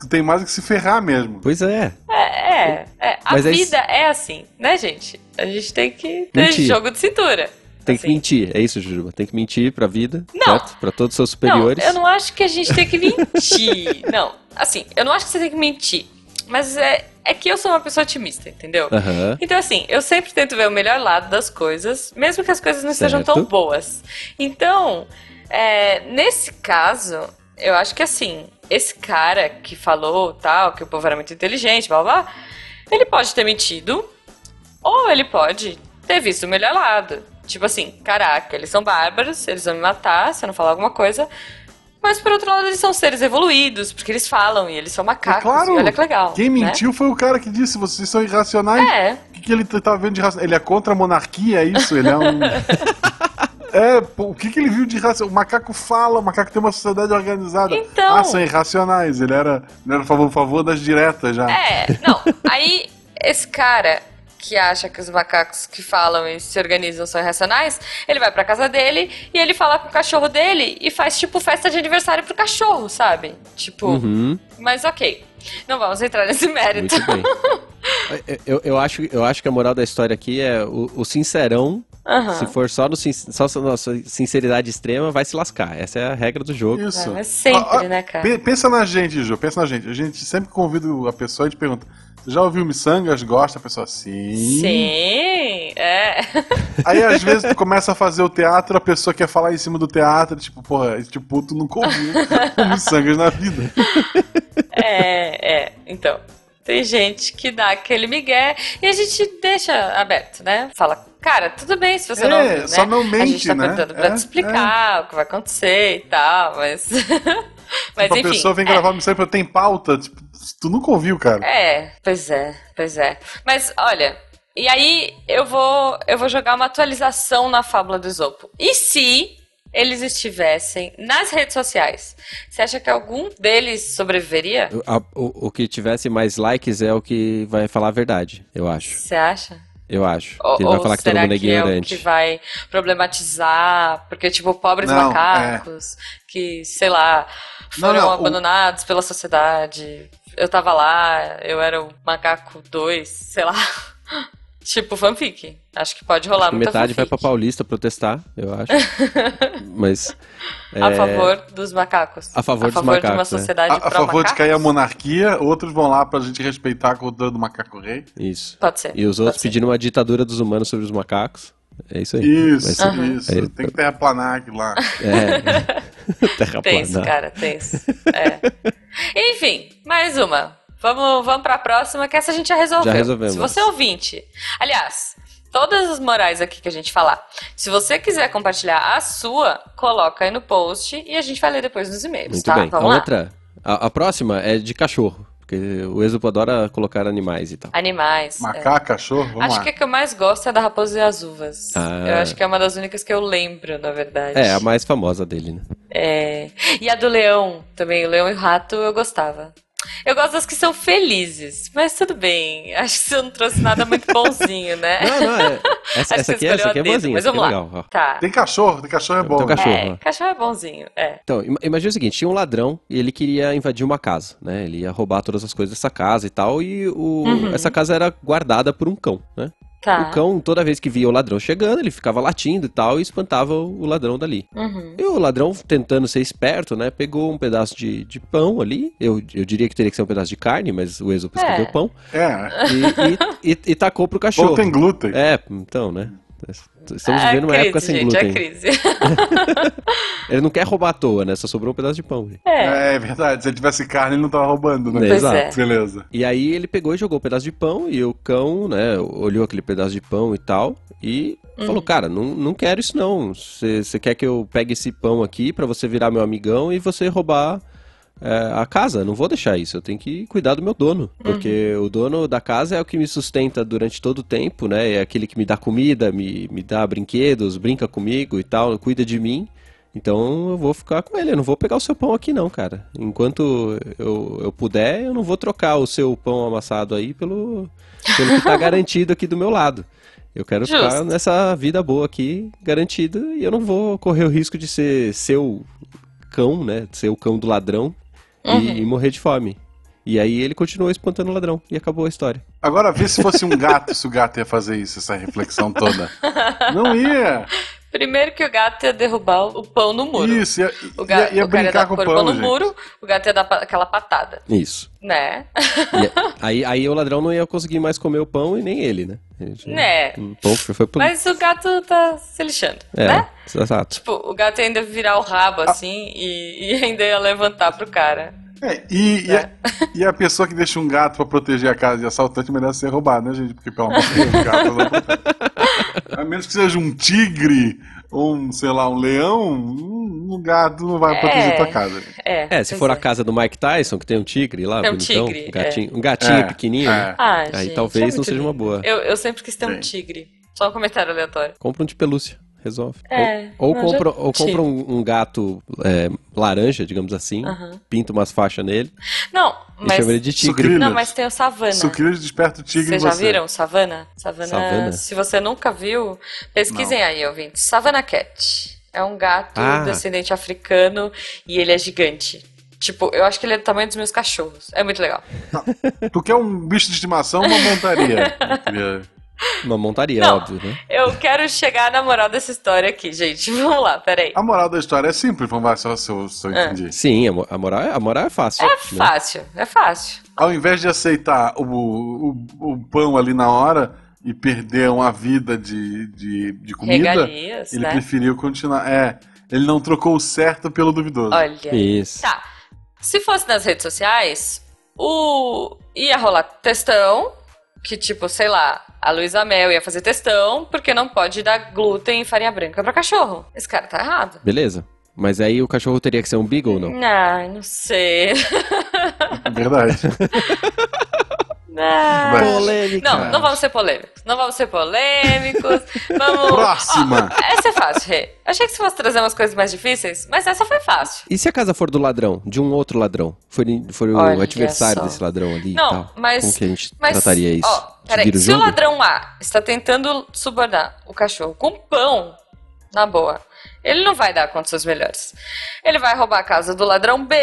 Speaker 1: tu tem mais o que se ferrar mesmo.
Speaker 3: Pois é.
Speaker 2: É, é. é. A
Speaker 3: Mas é isso.
Speaker 2: vida é, assim, né, gente? A gente tem que ter
Speaker 3: Mentir.
Speaker 2: jogo de cintura.
Speaker 3: Tem que
Speaker 2: Assim.
Speaker 3: mentir, é isso, Jujuba. Tem que mentir pra vida,
Speaker 2: Não.
Speaker 3: certo? Pra todos os seus superiores.
Speaker 2: Não, eu não acho que a gente tem que
Speaker 3: [laughs]
Speaker 2: mentir. não, assim, eu não acho que você tem que mentir. Mas é, é que eu sou uma pessoa otimista, entendeu?
Speaker 3: Aham.
Speaker 2: Então, assim, eu sempre tento ver o melhor lado das coisas, mesmo que as coisas não sejam
Speaker 3: Certo.
Speaker 2: tão boas. Então, é, nesse caso, eu acho que, assim, esse cara que falou tal, que o povo era muito inteligente, blá blá, blá, ele pode ter mentido, ou ele pode ter visto o melhor lado. Tipo assim, caraca, eles são bárbaros, eles vão me matar se eu não falar alguma coisa. Mas por outro lado, eles são seres evoluídos, porque eles falam e eles são macacos.
Speaker 1: É claro,
Speaker 2: e olha que legal.
Speaker 1: Quem
Speaker 2: né?
Speaker 1: mentiu foi o cara que disse: vocês são irracionais.
Speaker 2: É,
Speaker 1: O que, que ele tava vendo de racional? Ele é contra a monarquia, é isso? Ele é
Speaker 2: [laughs]
Speaker 1: um. É, pô, o que, que ele viu de racional? O macaco fala, o macaco tem uma sociedade organizada.
Speaker 2: Então.
Speaker 1: Ah, são irracionais. Ele era, ele era a favor, a favor das diretas já.
Speaker 2: É, não. Aí, esse cara que acha que os macacos que falam e se organizam são irracionais, ele vai pra casa dele e ele fala com o cachorro dele e faz, tipo, festa de aniversário pro cachorro, sabe? Tipo,
Speaker 3: Uhum,
Speaker 2: mas ok. Não vamos entrar nesse mérito. [laughs]
Speaker 3: muito bem. Eu, eu acho, eu acho que a moral da história aqui é o, o sincerão,
Speaker 2: Aham.
Speaker 3: se for só, no, sin- só na sua sinceridade extrema, vai se lascar. Essa é a regra do jogo.
Speaker 2: É,
Speaker 1: Isso.
Speaker 2: mas sempre,
Speaker 1: Ah, ah,
Speaker 2: né, cara?
Speaker 1: Pe- Pensa na gente, Ju, pensa na gente. A gente sempre convida a pessoa e te pergunta: "Você já ouviu miçangas? Gosta? A pessoa, sim.
Speaker 2: Sim, é.
Speaker 1: Aí às vezes tu começa a fazer o teatro, a pessoa quer falar em cima do teatro, tipo, porra, esse tipo, tu nunca ouviu [laughs] miçangas na vida.
Speaker 2: É, é. Então, tem gente que dá aquele migué e a gente deixa aberto, né? Fala, cara, tudo bem se você não
Speaker 1: É,
Speaker 2: ouviu, né?
Speaker 1: só não
Speaker 2: A
Speaker 1: mente,
Speaker 2: gente tá
Speaker 1: né?
Speaker 2: perguntando pra
Speaker 1: É,
Speaker 2: te explicar o que vai acontecer e tal, mas... [laughs] mas
Speaker 1: tipo,
Speaker 2: enfim.
Speaker 1: a pessoa vem
Speaker 2: é.
Speaker 1: gravar missão e fala, tem pauta? Tipo, tu nunca ouviu, cara.
Speaker 2: É, pois é, pois é. Mas olha, e aí eu vou eu vou jogar uma atualização na fábula do Isopo. E se eles estivessem nas redes sociais? Você acha que algum deles sobreviveria?
Speaker 3: A- o, o que tivesse mais likes é o que vai falar a verdade, eu acho.
Speaker 2: Você acha?
Speaker 3: Eu acho.
Speaker 2: Ou,
Speaker 3: Ele vai
Speaker 2: ou
Speaker 3: falar que todo
Speaker 2: será
Speaker 3: mundo é
Speaker 2: que é o que
Speaker 3: ignorante.
Speaker 2: vai problematizar? Porque, tipo, pobres
Speaker 1: Não,
Speaker 2: macacos que, sei lá, foram
Speaker 1: Não, não, o-
Speaker 2: abandonados pela sociedade. Eu tava lá, eu era o macaco 2, sei lá. [laughs] tipo, fanfic. Acho que pode rolar muita
Speaker 3: Metade vai pra
Speaker 2: fanfic.
Speaker 3: Paulista protestar, eu
Speaker 2: [laughs]
Speaker 3: acho. Mas.
Speaker 2: A
Speaker 3: é,
Speaker 2: favor dos macacos.
Speaker 3: A favor dos
Speaker 2: de uma
Speaker 3: macacos, né?
Speaker 2: sociedade
Speaker 1: A,
Speaker 2: pró
Speaker 1: a favor de
Speaker 2: macacos?
Speaker 1: cair a monarquia, outros vão lá pra gente respeitar a cultura do macaco rei.
Speaker 3: Isso.
Speaker 2: Pode ser.
Speaker 3: E os outros
Speaker 2: pode ser.
Speaker 3: pedindo uma ditadura dos humanos sobre os macacos. É isso aí. Vai
Speaker 1: Isso,
Speaker 3: ser-
Speaker 1: isso.
Speaker 3: Aí-
Speaker 1: Tem que terraplanar aquilo
Speaker 2: [laughs]
Speaker 1: lá.
Speaker 3: É. Terra
Speaker 2: Tenso,
Speaker 3: plana.
Speaker 2: cara, tenso.
Speaker 3: [laughs]
Speaker 2: É. Enfim, mais uma. Vamos, vamos pra próxima, que essa a gente já resolveu.
Speaker 3: Já resolvemos.
Speaker 2: Se você é ouvinte. Aliás, todas as morais aqui que a gente falar. Se você quiser compartilhar a sua, coloca aí no post e a gente vai ler depois nos e-mails,
Speaker 3: Muito
Speaker 2: tá?
Speaker 3: bem.
Speaker 2: Vamos
Speaker 3: a
Speaker 2: lá.
Speaker 3: outra. A, a próxima é de cachorro. Porque o Exupo adora colocar animais e tal.
Speaker 2: Animais. é.
Speaker 1: Macaco, cachorro, vamos
Speaker 2: Acho
Speaker 1: lá.
Speaker 2: que a que eu mais gosto é a da Raposa e as Uvas.
Speaker 3: Ah.
Speaker 2: Eu acho que é uma das únicas que eu lembro, na verdade.
Speaker 3: É, a mais famosa dele, né?
Speaker 2: É. E a do leão também, o leão e o rato, eu gostava. Eu gosto das que são felizes, mas tudo bem. [laughs] Acho que você não trouxe nada muito bonzinho, né?
Speaker 3: Não, não, é.
Speaker 2: Acho
Speaker 3: Essa, essa
Speaker 2: que você
Speaker 3: aqui, é- essa
Speaker 2: escolheu
Speaker 3: aqui
Speaker 2: a
Speaker 3: é
Speaker 2: dedo,
Speaker 3: boazinha.
Speaker 2: mas
Speaker 3: essa aqui
Speaker 2: vamos
Speaker 3: é
Speaker 2: lá.
Speaker 3: legal. ó.
Speaker 2: Tá.
Speaker 1: Tem cachorro, tem cachorro é
Speaker 3: Tem
Speaker 1: bom.
Speaker 3: um cachorro.
Speaker 2: É,
Speaker 3: ó.
Speaker 2: cachorro é bonzinho, é.
Speaker 3: Então, ima- imagina o seguinte: tinha um ladrão e ele queria invadir uma casa, né? Ele ia roubar todas as coisas dessa casa e tal. E o-
Speaker 2: Uhum.
Speaker 3: essa casa era guardada por um cão, né?
Speaker 2: Tá.
Speaker 3: O cão, toda vez que via o ladrão chegando, ele ficava latindo e tal e espantava o ladrão dali.
Speaker 2: Uhum.
Speaker 3: E o ladrão, tentando ser esperto, né, pegou um pedaço de, de pão ali. Eu, eu diria que teria que ser um pedaço de carne, mas o Exo escreveu
Speaker 2: É.
Speaker 3: pão.
Speaker 1: É.
Speaker 3: E, e, e, e tacou pro
Speaker 1: Ou
Speaker 3: cachorro.
Speaker 1: tem glúten.
Speaker 3: É, então, né? Estamos
Speaker 2: É a
Speaker 3: vivendo uma
Speaker 2: crise,
Speaker 3: época sem
Speaker 2: gente, é a
Speaker 3: glúten.
Speaker 2: crise. [laughs]
Speaker 3: Ele não quer roubar à toa, né? Só sobrou um pedaço de pão. né?
Speaker 2: É.
Speaker 1: É, é verdade. Se ele tivesse carne, ele não tava roubando, né?
Speaker 3: Pois Exato.
Speaker 2: é.
Speaker 1: Beleza.
Speaker 3: E aí ele pegou e jogou o pedaço de pão e o cão, né, olhou aquele pedaço de pão e tal e falou, cara, não, não quero isso não. Você quer que eu pegue esse pão aqui pra você virar meu amigão e você roubar é, a casa? Não vou deixar isso, eu tenho que cuidar do meu dono. Porque o dono da casa é o que me sustenta durante todo o tempo, né, é aquele que me dá comida, me, me dá brinquedos, brinca comigo e tal, cuida de mim. Então eu vou ficar com ele, eu não vou pegar o seu pão aqui não, cara. Enquanto eu, eu puder, eu não vou trocar o seu pão amassado aí pelo, pelo que tá garantido aqui do meu lado. Eu quero
Speaker 2: Justo.
Speaker 3: ficar nessa vida boa aqui, garantida, e eu não vou correr o risco de ser seu cão, né? de Ser o cão do ladrão e-
Speaker 2: Uhum.
Speaker 3: e, morrer de fome. E aí ele continuou espantando o ladrão e acabou a história.
Speaker 1: Agora vê se fosse um gato, se o gato ia fazer isso, essa reflexão
Speaker 2: [laughs]
Speaker 1: toda. Não ia!
Speaker 2: Primeiro que o gato ia derrubar o pão no muro.
Speaker 1: Isso, ia,
Speaker 2: O, ga
Speaker 1: ia, ia
Speaker 2: o cara ia
Speaker 1: brincar
Speaker 2: dar
Speaker 1: com o
Speaker 2: corpo
Speaker 1: pão,
Speaker 2: no
Speaker 1: gente.
Speaker 2: muro, o gato ia dar pa- aquela patada,
Speaker 3: Isso.
Speaker 2: né?
Speaker 3: E [laughs] aí, aí o ladrão não ia conseguir mais comer o pão e nem ele, né? Ele
Speaker 2: [laughs]
Speaker 3: já-
Speaker 2: Né.
Speaker 3: O pão que foi pro.
Speaker 2: Mas o gato tá se lixando,
Speaker 3: é,
Speaker 2: né?
Speaker 3: exato.
Speaker 2: Tipo, o gato ia ainda virar o
Speaker 1: Ah.
Speaker 2: rabo assim e, e ainda ia levantar pro cara.
Speaker 1: É, e, e, a,
Speaker 2: [laughs]
Speaker 1: e a pessoa que deixa um gato pra proteger a casa de assaltante merece ser roubada, né, gente? Porque, pelo amor de Deus, gato não protege. A menos que seja um tigre, ou um, sei lá, um leão, um um gato não vai
Speaker 2: É.
Speaker 1: proteger tua casa.
Speaker 2: É,
Speaker 3: É, se
Speaker 2: pois
Speaker 3: for
Speaker 2: é.
Speaker 3: a casa do Mike Tyson, que tem um tigre lá,
Speaker 2: Tem um
Speaker 3: bonitão,
Speaker 2: tigre,
Speaker 3: um gatinho, um
Speaker 1: É,
Speaker 3: gatinho pequenininho,
Speaker 1: é.
Speaker 3: né?
Speaker 2: Ah,
Speaker 3: aí
Speaker 2: gente, é
Speaker 3: talvez
Speaker 2: muito
Speaker 3: não seja uma
Speaker 2: lindo.
Speaker 3: boa.
Speaker 2: Eu, eu sempre quis ter um
Speaker 1: Sim.
Speaker 2: tigre. Só um comentário aleatório.
Speaker 3: Compra um de pelúcia, resolve.
Speaker 2: É,
Speaker 3: ou, ou
Speaker 2: não, já
Speaker 3: compra, ou
Speaker 2: tive.
Speaker 3: compra um, um gato é, laranja, digamos assim,
Speaker 2: Aham.
Speaker 3: pinta umas faixas nele
Speaker 2: Não,
Speaker 3: e
Speaker 2: mas.
Speaker 3: chama ele de tigre.
Speaker 1: Sucrilho.
Speaker 2: Não, mas tem o savana.
Speaker 1: Sucrilhos desperta o tigre em
Speaker 2: Vocês
Speaker 1: você.
Speaker 2: já viram Savana? Savana,
Speaker 3: Savana?
Speaker 2: se você nunca viu, pesquisem aí, ouvintes. Savana Cat. É um gato
Speaker 3: Ah.
Speaker 2: descendente africano e ele é gigante. Tipo, eu acho que ele é do tamanho dos meus cachorros. É muito legal.
Speaker 1: Tu quer um bicho de estimação ou uma montaria? Eu queria-
Speaker 3: Uma montaria,
Speaker 2: Não.
Speaker 3: óbvio, né?
Speaker 2: Eu quero chegar na moral dessa história aqui, gente. [laughs] Vamos lá, peraí.
Speaker 1: A moral da história é simples, vamos lá, se eu, se eu- se eu
Speaker 2: É.
Speaker 1: entendi.
Speaker 3: Sim, a, mo- a moral, é- a moral é fácil.
Speaker 2: É
Speaker 3: né?
Speaker 2: fácil, é fácil.
Speaker 1: Ao invés de aceitar o, o, o pão ali na hora e perder uma vida de, de, de comida,
Speaker 2: Regalias,
Speaker 1: ele
Speaker 2: né?
Speaker 1: preferiu continuar. É, ele não trocou o certo pelo duvidoso.
Speaker 2: Olha.
Speaker 3: Isso.
Speaker 2: Tá. Se fosse nas redes sociais, o ia rolar testão, que tipo, sei lá, a Luísa Mel ia fazer testão, porque não pode dar glúten e farinha branca pra cachorro. Esse cara tá errado.
Speaker 3: Beleza. Mas aí o cachorro teria que ser um beagle ou não?
Speaker 2: Ai, não sei. [laughs]
Speaker 1: é Verdade.
Speaker 2: Não.
Speaker 3: Polêmica.
Speaker 2: Não, não vamos ser polêmicos. Não vamos ser
Speaker 1: [laughs]
Speaker 2: polêmicos. Vamos.
Speaker 1: Próxima!
Speaker 2: Essa é fácil, Rê. Eu achei que você fosse trazer umas coisas mais difíceis, mas essa foi fácil.
Speaker 3: E se a casa for do ladrão, de um outro ladrão? For, for o
Speaker 2: Olha
Speaker 3: adversário
Speaker 2: só.
Speaker 3: desse ladrão ali
Speaker 2: Não,
Speaker 3: e tal?
Speaker 2: mas-
Speaker 3: Como que a gente
Speaker 2: Mas,
Speaker 3: trataria isso?
Speaker 2: ó,
Speaker 3: De
Speaker 2: peraí,
Speaker 3: vira o
Speaker 2: se o
Speaker 3: jogo?
Speaker 2: ladrão A está tentando subornar o cachorro com pão, na boa, ele não vai dar condições melhores. Ele vai roubar a casa do ladrão B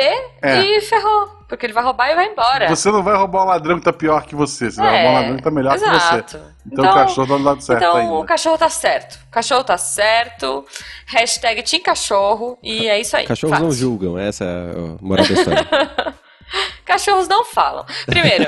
Speaker 1: É.
Speaker 2: e ferrou, porque ele vai roubar e vai embora.
Speaker 1: Você não vai roubar o ladrão que tá pior que você, você vai
Speaker 2: É,
Speaker 1: roubar o ladrão que tá melhor que você.
Speaker 2: Exato.
Speaker 1: Então, o cachorro tá do lado certo
Speaker 2: então o
Speaker 1: ainda.
Speaker 2: cachorro tá certo. O cachorro tá certo. Hashtag Team Cachorro. E é isso aí.
Speaker 3: Cachorros
Speaker 2: Fácil.
Speaker 3: não julgam, essa é a moral
Speaker 2: [laughs]
Speaker 3: da história.
Speaker 2: Cachorros não falam.
Speaker 1: [laughs]
Speaker 2: Primeiro,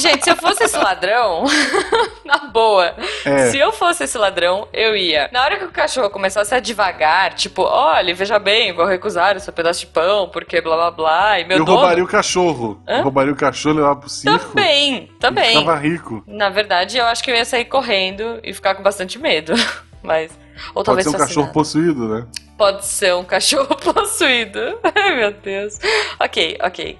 Speaker 2: gente, se eu fosse esse ladrão, [laughs] na boa,
Speaker 1: É.
Speaker 2: se eu fosse esse ladrão, eu ia. Na hora que o cachorro começasse a devagar, tipo, olha, veja bem, vou recusar o seu pedaço de pão, porque blá blá blá, e meu
Speaker 1: Eu
Speaker 2: dono.
Speaker 1: roubaria o cachorro.
Speaker 2: Hã?
Speaker 1: Eu roubaria o Então cachorro e levava pro circo.
Speaker 2: Também,
Speaker 1: E
Speaker 2: também.
Speaker 1: Ficava rico.
Speaker 2: Na verdade, eu acho que eu ia sair correndo e ficar com bastante medo. [laughs] Mas. Ou
Speaker 1: Pode
Speaker 2: talvez
Speaker 1: ser um
Speaker 2: fosse
Speaker 1: cachorro
Speaker 2: nada.
Speaker 1: possuído, né?
Speaker 2: Pode ser um cachorro [laughs] possuído. Ai, meu Deus. Ok, ok.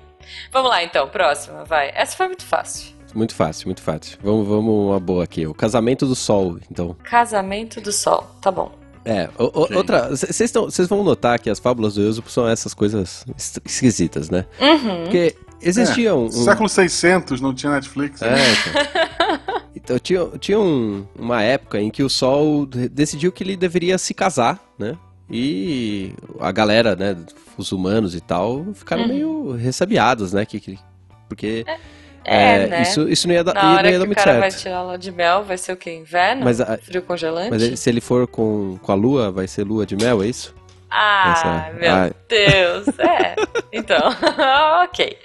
Speaker 2: Vamos lá então, próxima, vai. Essa foi muito fácil.
Speaker 3: muito fácil, muito fácil. Vamos, vamos uma boa aqui. O casamento do sol, então.
Speaker 2: Casamento do Sol, tá bom.
Speaker 3: É, o- o-
Speaker 1: Sim.
Speaker 3: outra. Vocês vão notar que as fábulas do Eusopo são essas coisas es- esquisitas, né?
Speaker 2: Uhum.
Speaker 3: Porque existia um. um-
Speaker 1: Século 600 não tinha Netflix. né?
Speaker 3: É,
Speaker 2: [laughs]
Speaker 3: então. então tinha, tinha um- uma época em que o Sol de- decidiu que ele deveria se casar, né? E a galera, né, os humanos e tal, ficaram
Speaker 2: Uhum.
Speaker 3: meio ressabiados, né? Que, que- porque
Speaker 2: É,
Speaker 3: é,
Speaker 2: né?
Speaker 3: isso, isso não ia dar,
Speaker 2: Na
Speaker 3: não
Speaker 2: hora
Speaker 3: ia dar
Speaker 2: que o
Speaker 3: muito
Speaker 2: cara vai
Speaker 3: certo.
Speaker 2: tirar a lua de mel, vai ser o quê? Inverno?
Speaker 3: Mas, a-
Speaker 2: Frio congelante?
Speaker 3: mas ele- se ele for com, com a lua, vai ser lua de mel, é isso?
Speaker 2: Ah,
Speaker 3: Essa-
Speaker 2: meu
Speaker 3: ah.
Speaker 2: Deus. É. Então, [laughs] ok.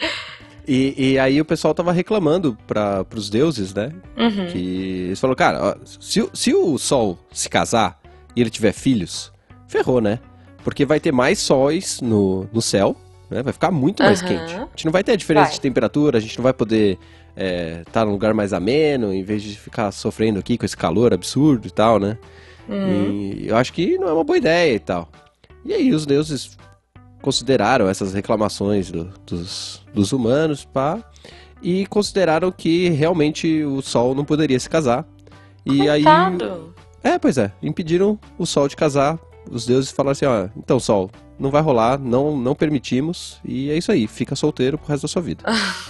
Speaker 3: E, e aí o pessoal tava reclamando para os deuses, né?
Speaker 2: Uhum.
Speaker 3: Que eles falaram, cara, ó, se, o- se o Sol se casar e ele tiver filhos, ferrou, né? Porque vai ter mais sóis no, no céu, né? Vai ficar muito mais
Speaker 2: Aham.
Speaker 3: quente. A gente não vai ter a diferença
Speaker 2: Vai.
Speaker 3: de temperatura, a gente não vai poder estar num lugar mais ameno, em vez de ficar sofrendo aqui com esse calor absurdo e tal, né?
Speaker 2: Uhum.
Speaker 3: E eu acho que não é uma boa ideia e tal. E aí os deuses consideraram essas reclamações do- dos, dos humanos, pá, e consideraram que realmente o Sol não poderia se casar. E aí.
Speaker 2: Coitado.
Speaker 3: É, pois é, impediram o Sol de casar. Os deuses falaram assim, ó, então Sol, não vai rolar, não, não permitimos, e é isso aí, fica solteiro pro resto da sua vida.
Speaker 2: [laughs]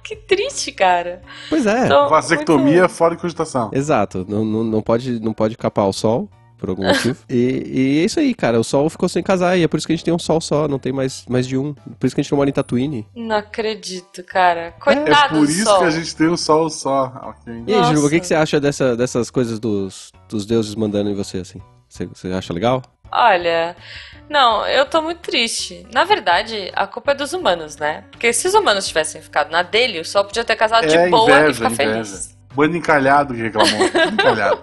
Speaker 2: Que triste, cara.
Speaker 3: pois é,
Speaker 2: Então,
Speaker 1: Vasectomia fora de cogitação.
Speaker 3: exato, não, não, não pode, não pode capar o Sol, por algum
Speaker 2: [laughs]
Speaker 3: motivo. e, e é isso aí, cara. O sol ficou sem casar e é por isso que a gente tem um sol só, não tem mais, mais de um. Por isso que a gente não mora em Tatooine.
Speaker 2: Não acredito, cara.
Speaker 1: É
Speaker 2: Coitado
Speaker 1: por
Speaker 2: do
Speaker 1: isso
Speaker 2: sol.
Speaker 1: que a gente tem o sol só. ok.
Speaker 3: E aí, Juruba, o que,
Speaker 2: Nossa.
Speaker 3: que você acha dessa- dessas coisas dos, dos deuses mandando em você, assim? Você, você acha legal?
Speaker 2: Olha, não, eu tô muito triste. Na verdade, a culpa é dos humanos, né? Porque se os humanos tivessem ficado na dele, o sol podia ter casado
Speaker 1: É,
Speaker 2: de boa
Speaker 1: inveja,
Speaker 2: e ficar
Speaker 1: inveja.
Speaker 2: feliz.
Speaker 1: Bando encalhado que reclamou. Bando encalhado.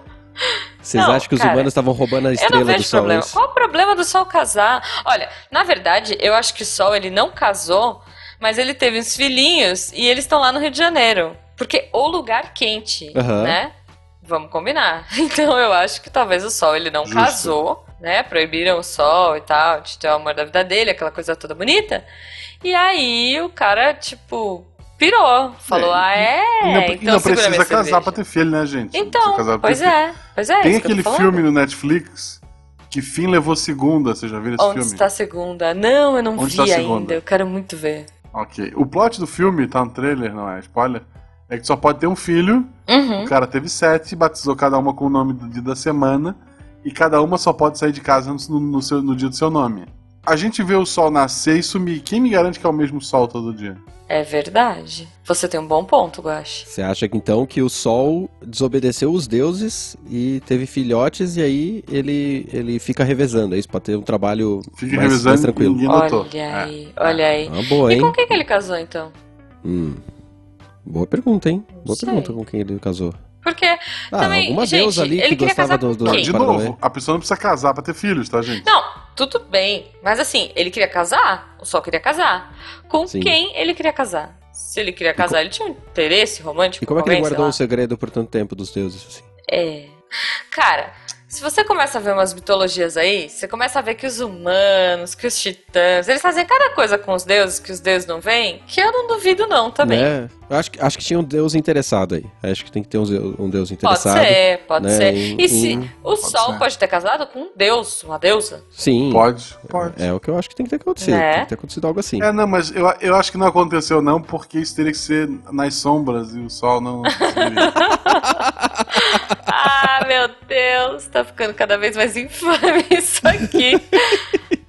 Speaker 3: Vocês
Speaker 2: Não,
Speaker 3: acham que os
Speaker 2: cara,
Speaker 3: humanos estavam roubando
Speaker 2: Eu não
Speaker 3: a estrela do
Speaker 2: vejo
Speaker 3: sol? é
Speaker 2: problema.
Speaker 3: isso?
Speaker 2: Qual o problema do Sol casar? Olha, na verdade, eu acho que o Sol ele não casou, mas ele teve uns filhinhos e eles estão lá no Rio de Janeiro. Porque o lugar quente,
Speaker 3: Aham.
Speaker 2: né? Vamos combinar. [laughs] Então eu acho que talvez o Sol ele não
Speaker 1: Justo.
Speaker 2: casou, né? Proibiram o Sol e tal, de ter o amor da vida dele, aquela coisa toda bonita. E aí o cara, tipo, pirou. Falou,
Speaker 1: É,
Speaker 2: ah, é?
Speaker 1: e não, e
Speaker 2: então
Speaker 1: não
Speaker 2: segura minha
Speaker 1: precisa casar
Speaker 2: cerveja."
Speaker 1: pra ter filho, né, gente? Não precisa casar
Speaker 2: Então,
Speaker 1: pra
Speaker 2: pois
Speaker 1: ter filho.
Speaker 2: é. Pois é,
Speaker 1: Tem
Speaker 2: isso que eu tô
Speaker 1: aquele
Speaker 2: falando.
Speaker 1: filme no Netflix que Fim levou segunda. Vocês já viram esse
Speaker 2: Onde
Speaker 1: filme?
Speaker 2: está a segunda? Não, eu não
Speaker 1: Onde
Speaker 2: vi
Speaker 1: está a segunda?
Speaker 2: ainda. Eu quero muito ver.
Speaker 1: Ok. O plot do filme, tá no trailer, não é spoiler, é que só pode ter um filho.
Speaker 2: Uhum.
Speaker 1: O cara teve sete, batizou cada uma com o nome do dia da semana. E cada uma só pode sair de casa no, no seu- no dia do seu nome. A gente vê o sol nascer e sumir. Quem me garante que é o mesmo sol todo dia?
Speaker 2: É verdade. Você tem um bom ponto, Guache.
Speaker 3: Você acha que então que o sol desobedeceu os deuses e teve filhotes e aí ele, ele fica revezando, é isso? Pra ter um trabalho
Speaker 1: Fica
Speaker 3: mais,
Speaker 1: revisando
Speaker 3: mais
Speaker 1: e
Speaker 3: tranquilo.
Speaker 1: ninguém notou.
Speaker 2: Olha
Speaker 1: É.
Speaker 2: aí, olha aí.
Speaker 3: É uma boa,
Speaker 2: E
Speaker 3: hein?
Speaker 2: com quem que ele casou, então?
Speaker 3: Hum. Boa pergunta, hein?
Speaker 2: Não
Speaker 3: Boa
Speaker 2: sei.
Speaker 3: pergunta com quem ele casou.
Speaker 2: Porque
Speaker 3: Ah,
Speaker 2: Também,
Speaker 3: alguma
Speaker 2: gente,
Speaker 3: deusa ali
Speaker 2: ele
Speaker 3: que
Speaker 2: queria
Speaker 3: gostava
Speaker 2: casar
Speaker 3: do,
Speaker 2: com
Speaker 3: do né?
Speaker 2: quem?
Speaker 1: Não, de
Speaker 3: Paranauê.
Speaker 1: novo, a pessoa não precisa casar pra ter filhos, tá, gente?
Speaker 2: Não, tudo bem. Mas assim, ele queria casar, o Sol queria casar. Com
Speaker 3: Sim.
Speaker 2: quem ele queria casar? Se ele queria casar, ele tinha um interesse romântico?
Speaker 3: E como é que ele
Speaker 2: com alguém, sei
Speaker 3: guardou
Speaker 2: lá?
Speaker 3: o segredo por tanto tempo dos deuses? Assim?
Speaker 2: É. Cara, se você começa a ver umas mitologias aí, você começa a ver que os humanos, que os titãs, eles fazem cada coisa com os deuses que os deuses não veem, que eu não duvido não também.
Speaker 3: Né? Eu acho, que- acho que tinha um deus interessado aí. Acho que tem que ter um, zeus- um deus
Speaker 2: Pode
Speaker 3: interessado.
Speaker 2: ser, pode
Speaker 3: né,
Speaker 2: ser.
Speaker 3: em-
Speaker 2: E se
Speaker 3: em-
Speaker 2: o Sol
Speaker 1: ser.
Speaker 2: pode ter casado com um deus, uma deusa?
Speaker 3: Sim.
Speaker 1: Pode, pode.
Speaker 3: É o que eu acho que tem que ter acontecido.
Speaker 2: Né?
Speaker 3: Tem que ter acontecido algo assim.
Speaker 1: É, não, mas eu, eu acho que não aconteceu, não, porque isso teria que ser nas sombras e o sol
Speaker 2: [laughs]
Speaker 1: não. conseguiria.
Speaker 2: Ah, meu Deus, tá ficando cada vez mais infame [laughs] isso aqui.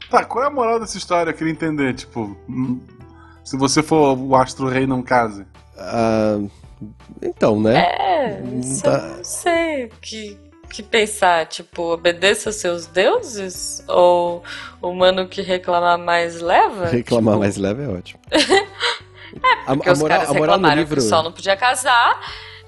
Speaker 1: tá, qual é a moral dessa história? Eu queria entender, tipo. hum, Se você for o astro-rei, não case.
Speaker 3: Ah, então, né?
Speaker 2: É,
Speaker 3: Não
Speaker 2: isso
Speaker 3: dá.
Speaker 2: eu não sei o que, que pensar. Tipo, obedeça aos seus deuses? Ou o humano que reclamar mais leva?
Speaker 3: [laughs] Reclamar
Speaker 2: Tipo,
Speaker 3: mais leve é
Speaker 2: [laughs]
Speaker 3: ótimo. a,
Speaker 2: É, Porque os caras reclamaram que o sol não podia casar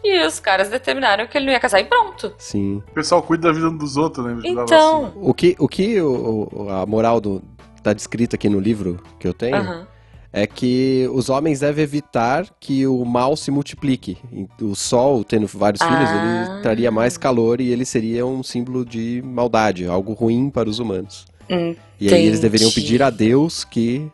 Speaker 2: e os caras determinaram que ele não ia casar e pronto.
Speaker 3: Sim.
Speaker 1: O pessoal cuida da vida dos outros, né? Eles dão vacina.
Speaker 2: Então.
Speaker 3: O que, o que o- o- a moral do, tá descrita aqui no livro que eu tenho
Speaker 2: aham.
Speaker 3: é que os homens devem evitar que o mal se multiplique. O sol, tendo vários
Speaker 2: Ah.
Speaker 3: filhos, ele traria mais calor e ele seria um símbolo de maldade, algo ruim para os humanos.
Speaker 2: Hum,
Speaker 3: E aí eles
Speaker 2: Entendi.
Speaker 3: deveriam pedir a Deus que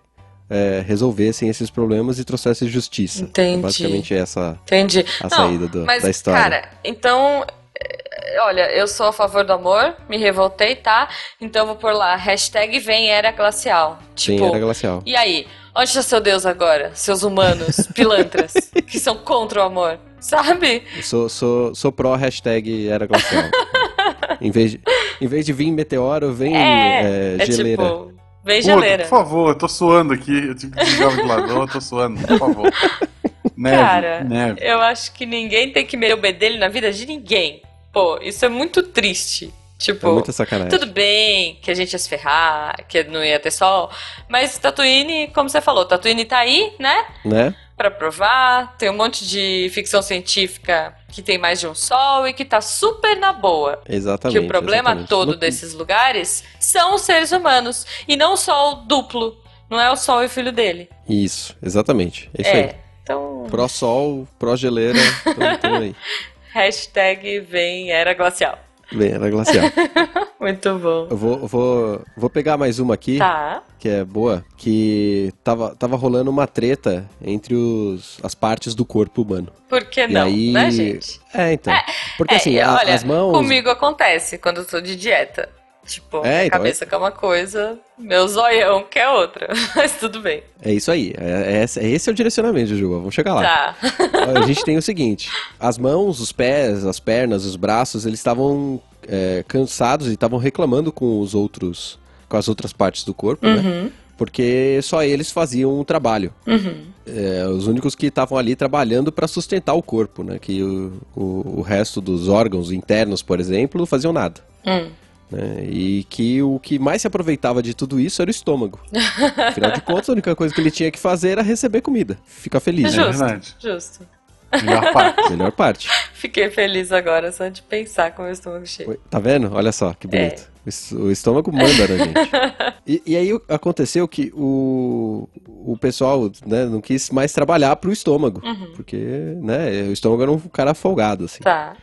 Speaker 3: é, resolvessem esses problemas e trouxessem justiça. É
Speaker 2: Entendi.
Speaker 3: basicamente essa
Speaker 2: entendi.
Speaker 3: a
Speaker 2: Não,
Speaker 3: saída do-
Speaker 2: Mas,
Speaker 3: da história.
Speaker 2: cara, então. eh, Olha, eu sou a favor do amor, me revoltei, tá? Então eu vou pôr lá, hashtag vem era glacial.
Speaker 3: Sim,
Speaker 2: Tipo,
Speaker 3: era glacial.
Speaker 2: E aí, onde está seu Deus agora? Seus
Speaker 3: [laughs]
Speaker 2: humanos, pilantras, que são contra o amor, sabe?
Speaker 3: Sou, sou, sou pró hashtag
Speaker 2: [laughs]
Speaker 3: era glacial. em, vez de, em vez de vir meteoro, vem
Speaker 2: É,
Speaker 3: é,
Speaker 2: é
Speaker 3: geleira.
Speaker 2: tipo, vem
Speaker 1: Puta,
Speaker 2: geleira.
Speaker 1: por favor, eu tô suando aqui. Eu tive que desligar o ventilador, eu tô suando, por
Speaker 2: [laughs]
Speaker 1: favor. Neve,
Speaker 2: Cara, é
Speaker 1: neve.
Speaker 2: Eu acho que ninguém tem que meter o bedelho na vida de ninguém. Pô, isso é muito triste. Tipo,
Speaker 3: É muita sacanagem.
Speaker 2: tudo bem que a gente ia se ferrar, que não ia ter sol, mas Tatooine, como você falou, Tatooine tá aí, né?
Speaker 3: Né?
Speaker 2: Pra provar. Tem um monte de ficção científica que tem mais de um sol e que tá super na boa.
Speaker 3: Exatamente.
Speaker 2: que o problema
Speaker 3: exatamente.
Speaker 2: todo
Speaker 3: No-
Speaker 2: desses lugares são os seres humanos e não só o duplo. Não é o sol e o filho dele.
Speaker 3: Isso, exatamente. É isso
Speaker 2: é.
Speaker 3: aí.
Speaker 2: Então,
Speaker 3: Pró sol, pró geleira, tamo- tamo aí.
Speaker 2: hashtag vem era glacial.
Speaker 3: Bem, era glacial.
Speaker 2: [laughs] Muito bom.
Speaker 3: Eu vou, eu vou, vou pegar mais uma aqui.
Speaker 2: Tá.
Speaker 3: que é boa, que tava, tava rolando uma treta entre os, as partes do corpo humano.
Speaker 2: Por que
Speaker 3: E
Speaker 2: não,
Speaker 3: aí-
Speaker 2: né, gente?
Speaker 3: É, então. Porque
Speaker 2: É,
Speaker 3: assim,
Speaker 2: e
Speaker 3: a-
Speaker 2: olha,
Speaker 3: as mãos.
Speaker 2: Comigo acontece quando eu tô de dieta. Tipo,
Speaker 3: É,
Speaker 2: minha
Speaker 3: então,
Speaker 2: cabeça que é uma coisa, meu zoião que é outra. [laughs] Mas tudo bem.
Speaker 3: É isso aí. É, é, esse- é esse é o direcionamento, Jujuba. Vamos chegar lá.
Speaker 2: Tá.
Speaker 3: A gente tem o seguinte: as mãos, os pés, as pernas, os braços, eles estavam é, cansados e estavam reclamando com os outros, com as outras partes do corpo, né?
Speaker 2: Uhum.
Speaker 3: Porque só eles faziam o trabalho.
Speaker 2: Uhum.
Speaker 3: É, os únicos que estavam ali trabalhando para sustentar o corpo, né? Que o, o, o resto dos órgãos internos, por exemplo, não faziam nada.
Speaker 2: Hum.
Speaker 3: né? E que o que mais se aproveitava de tudo isso era o estômago. Afinal
Speaker 2: [laughs]
Speaker 3: de contas, a única coisa que ele tinha que fazer era receber comida. Ficar feliz, né?
Speaker 1: É
Speaker 2: Justo.
Speaker 1: verdade.
Speaker 2: Justo.
Speaker 1: Melhor parte.
Speaker 3: Melhor parte.
Speaker 2: Fiquei feliz agora só de pensar com o meu estômago cheio.
Speaker 3: Oi, Tá vendo? Olha só que bonito. O es- O estômago manda na gente. E, e aí o- aconteceu que o, o pessoal né, não quis mais trabalhar pro estômago. Porque né, o estômago era um cara folgado, assim.
Speaker 2: Tá.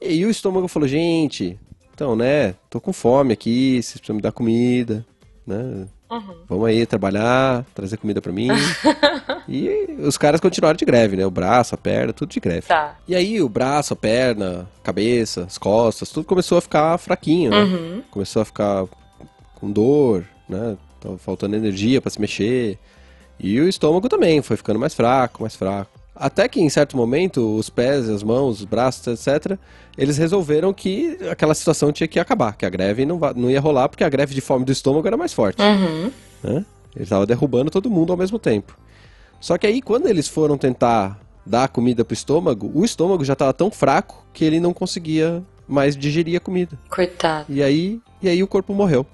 Speaker 3: E o estômago falou, gente, então, né, tô com fome aqui, vocês precisam me dar comida, né?
Speaker 2: Uhum.
Speaker 3: Vamos aí trabalhar, trazer comida pra mim. e os caras continuaram de greve, né? O braço, a perna, tudo de greve.
Speaker 2: Tá.
Speaker 3: E aí o braço, a perna, a cabeça, as costas, tudo começou a ficar fraquinho, né?
Speaker 2: Uhum.
Speaker 3: Começou a ficar com dor, né? Tava faltando energia pra se mexer. E o estômago também foi ficando mais fraco, mais fraco. Até que em certo momento, os pés, as mãos, os braços, etc., eles resolveram que aquela situação tinha que acabar, que a greve não, va- não ia rolar, porque a greve de fome do estômago era mais forte.
Speaker 2: Uhum.
Speaker 3: né? Ele tava derrubando todo mundo ao mesmo tempo. Só que aí, quando eles foram tentar dar comida pro estômago, o estômago já tava tão fraco que ele não conseguia mais digerir a comida.
Speaker 2: Coitado.
Speaker 3: E aí, e aí o corpo morreu.